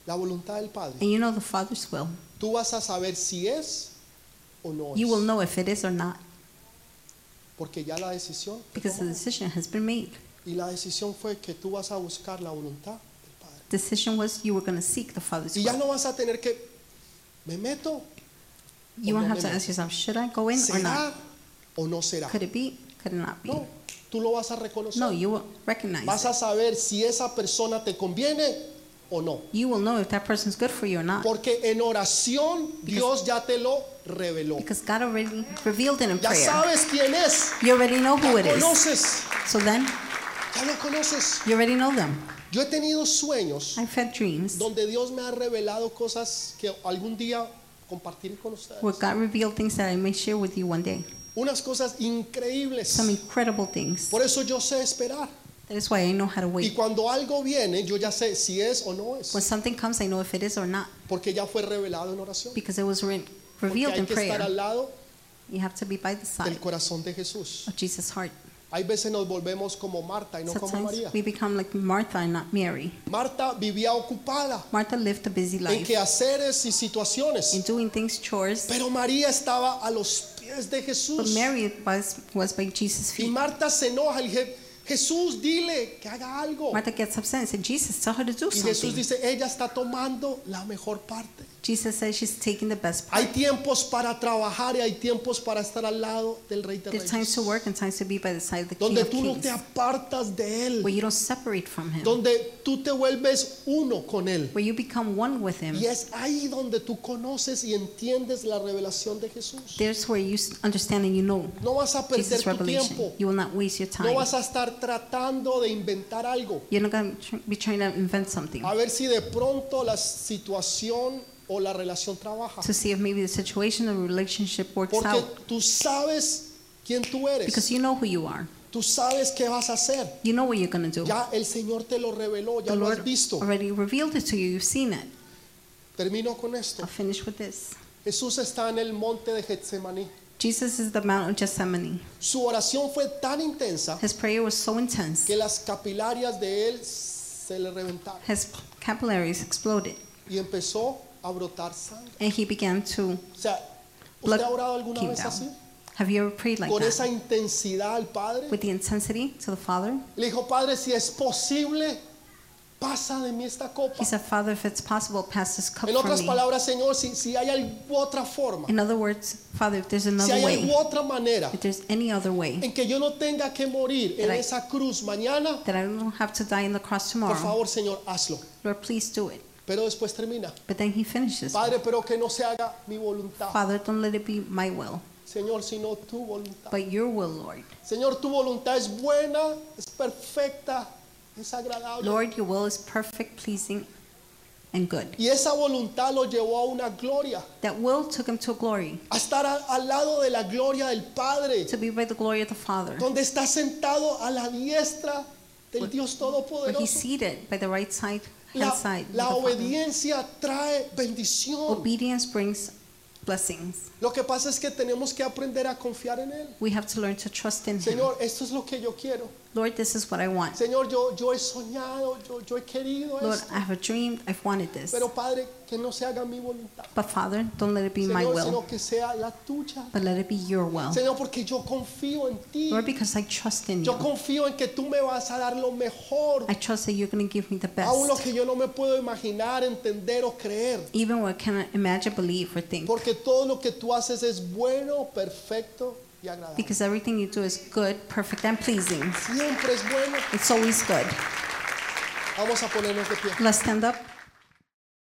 la voluntad del Padre,
and you know the Father's will,
Tú vas a saber si es o no
you will
es.
know if it is or not
Porque ya la decisión fue
because the
tomada.
decision has been made.
y la decisión fue que tú vas a buscar la voluntad del Padre.
Decision was you were going to seek the Father's
Y ya
will.
no vas a tener que me meto,
You won't have to
Obviamente.
ask yourself, should I go in or
será
not?
o no será.
Could it be? Could it not be?
No, tú lo vas a reconocer.
No, you will recognize
vas
it.
a saber si esa persona te conviene o no.
You will know if that person's good for you or not
Porque en oración Dios ya te lo reveló.
because God already revealed it in
Ya
prayer.
sabes quién es.
You already know
Ya
who it is.
conoces.
So then,
Ya lo conoces.
you already know them.
Yo he tenido sueños
I've had dreams
donde Dios me ha revelado cosas que algún día compartiré con ustedes.
where God revealed things that I may share with you one day.
Unas cosas increíbles.
Some incredible things.
Por eso yo sé esperar.
That is why I know how to
Y
wait.
cuando algo viene, yo ya sé si es o no es.
When something comes, I know if it is or not
Porque ya fue revelado en oración.
because it was re-
Porque
revealed
hay
in
que estar
prayer.
al lado
You have to be by the side
del corazón de Jesús.
of Jesus' heart.
Hay veces nos volvemos como Marta y no como María.
Sometimes we become like Martha and not Mary.
Marta vivía ocupada
Martha lived a busy
en
life
quehaceres y situaciones.
in doing things, chores,
Pero María estaba a los pies de
but
Jesús.
Mary was, was by Jesus'
Y
feet.
Marta se enoja y dice, Jesús, dile que haga algo.
Martha gets upset and said, Jesus, tell her to do
Y Jesús
something.
dice, ella está tomando la mejor parte.
Jesus says she's taking the best part.
Hay tiempos para trabajar y hay tiempos para estar al lado del Rey de
There's times
Reyes.
to work and times to be by the side of the King
Donde
of
tú no
Kings,
te apartas de Él.
where you don't separate from him,
Donde tú te vuelves uno con Él.
where you become one with him.
Y es ahí donde tú conoces y entiendes la revelación de Jesús.
There's where you s- understand and you know
No vas a perder
Jesus'
tu
revelation.
tiempo.
You will not waste your
No
time.
vas a estar tratando de inventar algo.
You're not going to be trying to invent something
A ver si de pronto la situación o la relación trabaja.
to see if maybe the situation or relationship works
Porque
out.
tú sabes quién tú eres.
Because you know who you are.
Tú sabes qué vas a hacer.
You know what you're going to do.
Ya el Señor te lo reveló, ya
The
lo
Lord
has visto.
already revealed it to you. You've seen it.
Termino con esto.
I'll finish with this.
Jesús está en el monte de Getsemaní.
Jesus is the Mount of Gethsemane.
Su oración fue tan intensa
His prayer was so intense.
que las capilarias de él se le reventaron
His capillaries exploded
y empezó a brotar sangre.
and he began to
O sea,
blood
¿usted ha orado alguna
came
vez
down.
así?
Have you ever prayed like
Con esa
that?
intensidad al Padre.
With the intensity to the Father?
Le dijo, Padre, si es posible, pasa de mí esta copa.
He said, Father, if it's possible, pass this cup
En
from
otras
me.
palabras, Señor, si, si hay alguna otra forma,
In other words, Father, if there's
si
another
hay
way,
alguna otra manera
if there's any other way
en que yo no tenga que morir en
That I-
esa cruz mañana,
that I don't have to die on the cross
por
tomorrow,
favor, Señor, hazlo.
Lord, please do it.
Pero después termina.
But then he finishes,
Padre, pero que no se haga mi voluntad.
Father, don't let it be my will,
Señor, sino
Pues.
tu voluntad.
but your will, Lord.
Señor, tu voluntad es buena, es perfecta Es agradable.
Lord, your will is perfect, pleasing, and good.
Y esa voluntad lo llevó a una gloria,
That will took him to glory,
a estar a- al lado de la gloria del Padre,
to be by the glory of the Father,
donde está sentado a la diestra del Dios
where he's
Todopoderoso.
seated by the right side, hand
La,
side. of
la
the Father.
obediencia trae bendición.
Obedience brings blessings.
Lo que pasa es que tenemos que aprender a confiar en Él.
We have to learn to trust in him.
Señor, esto es lo que yo quiero.
Lord, this is what I want.
Señor, yo, yo he soñado, yo, yo he querido
Lord,
esto.
I have a dream. I've wanted this.
Pero Padre, que no se haga mi voluntad.
But Father, don't let it be my
Señor, sino
will,
que sea la tuya.
but let it be your will.
Señor, porque yo confío en ti.
Lord, because I trust in
Yo
you.
confío en que tú me vas a dar lo mejor.
I trust that you're going to give me the
Aún lo
best,
que yo no me puedo imaginar, entender o creer.
even what I cannot imagine, believe, or think.
Porque todo lo que tú haces es bueno, perfecto y agradable.
Because everything you do is good, perfect, and pleasing.
Siempre es bueno.
It's always good.
Vamos a ponernos de pie.
Let's stand up.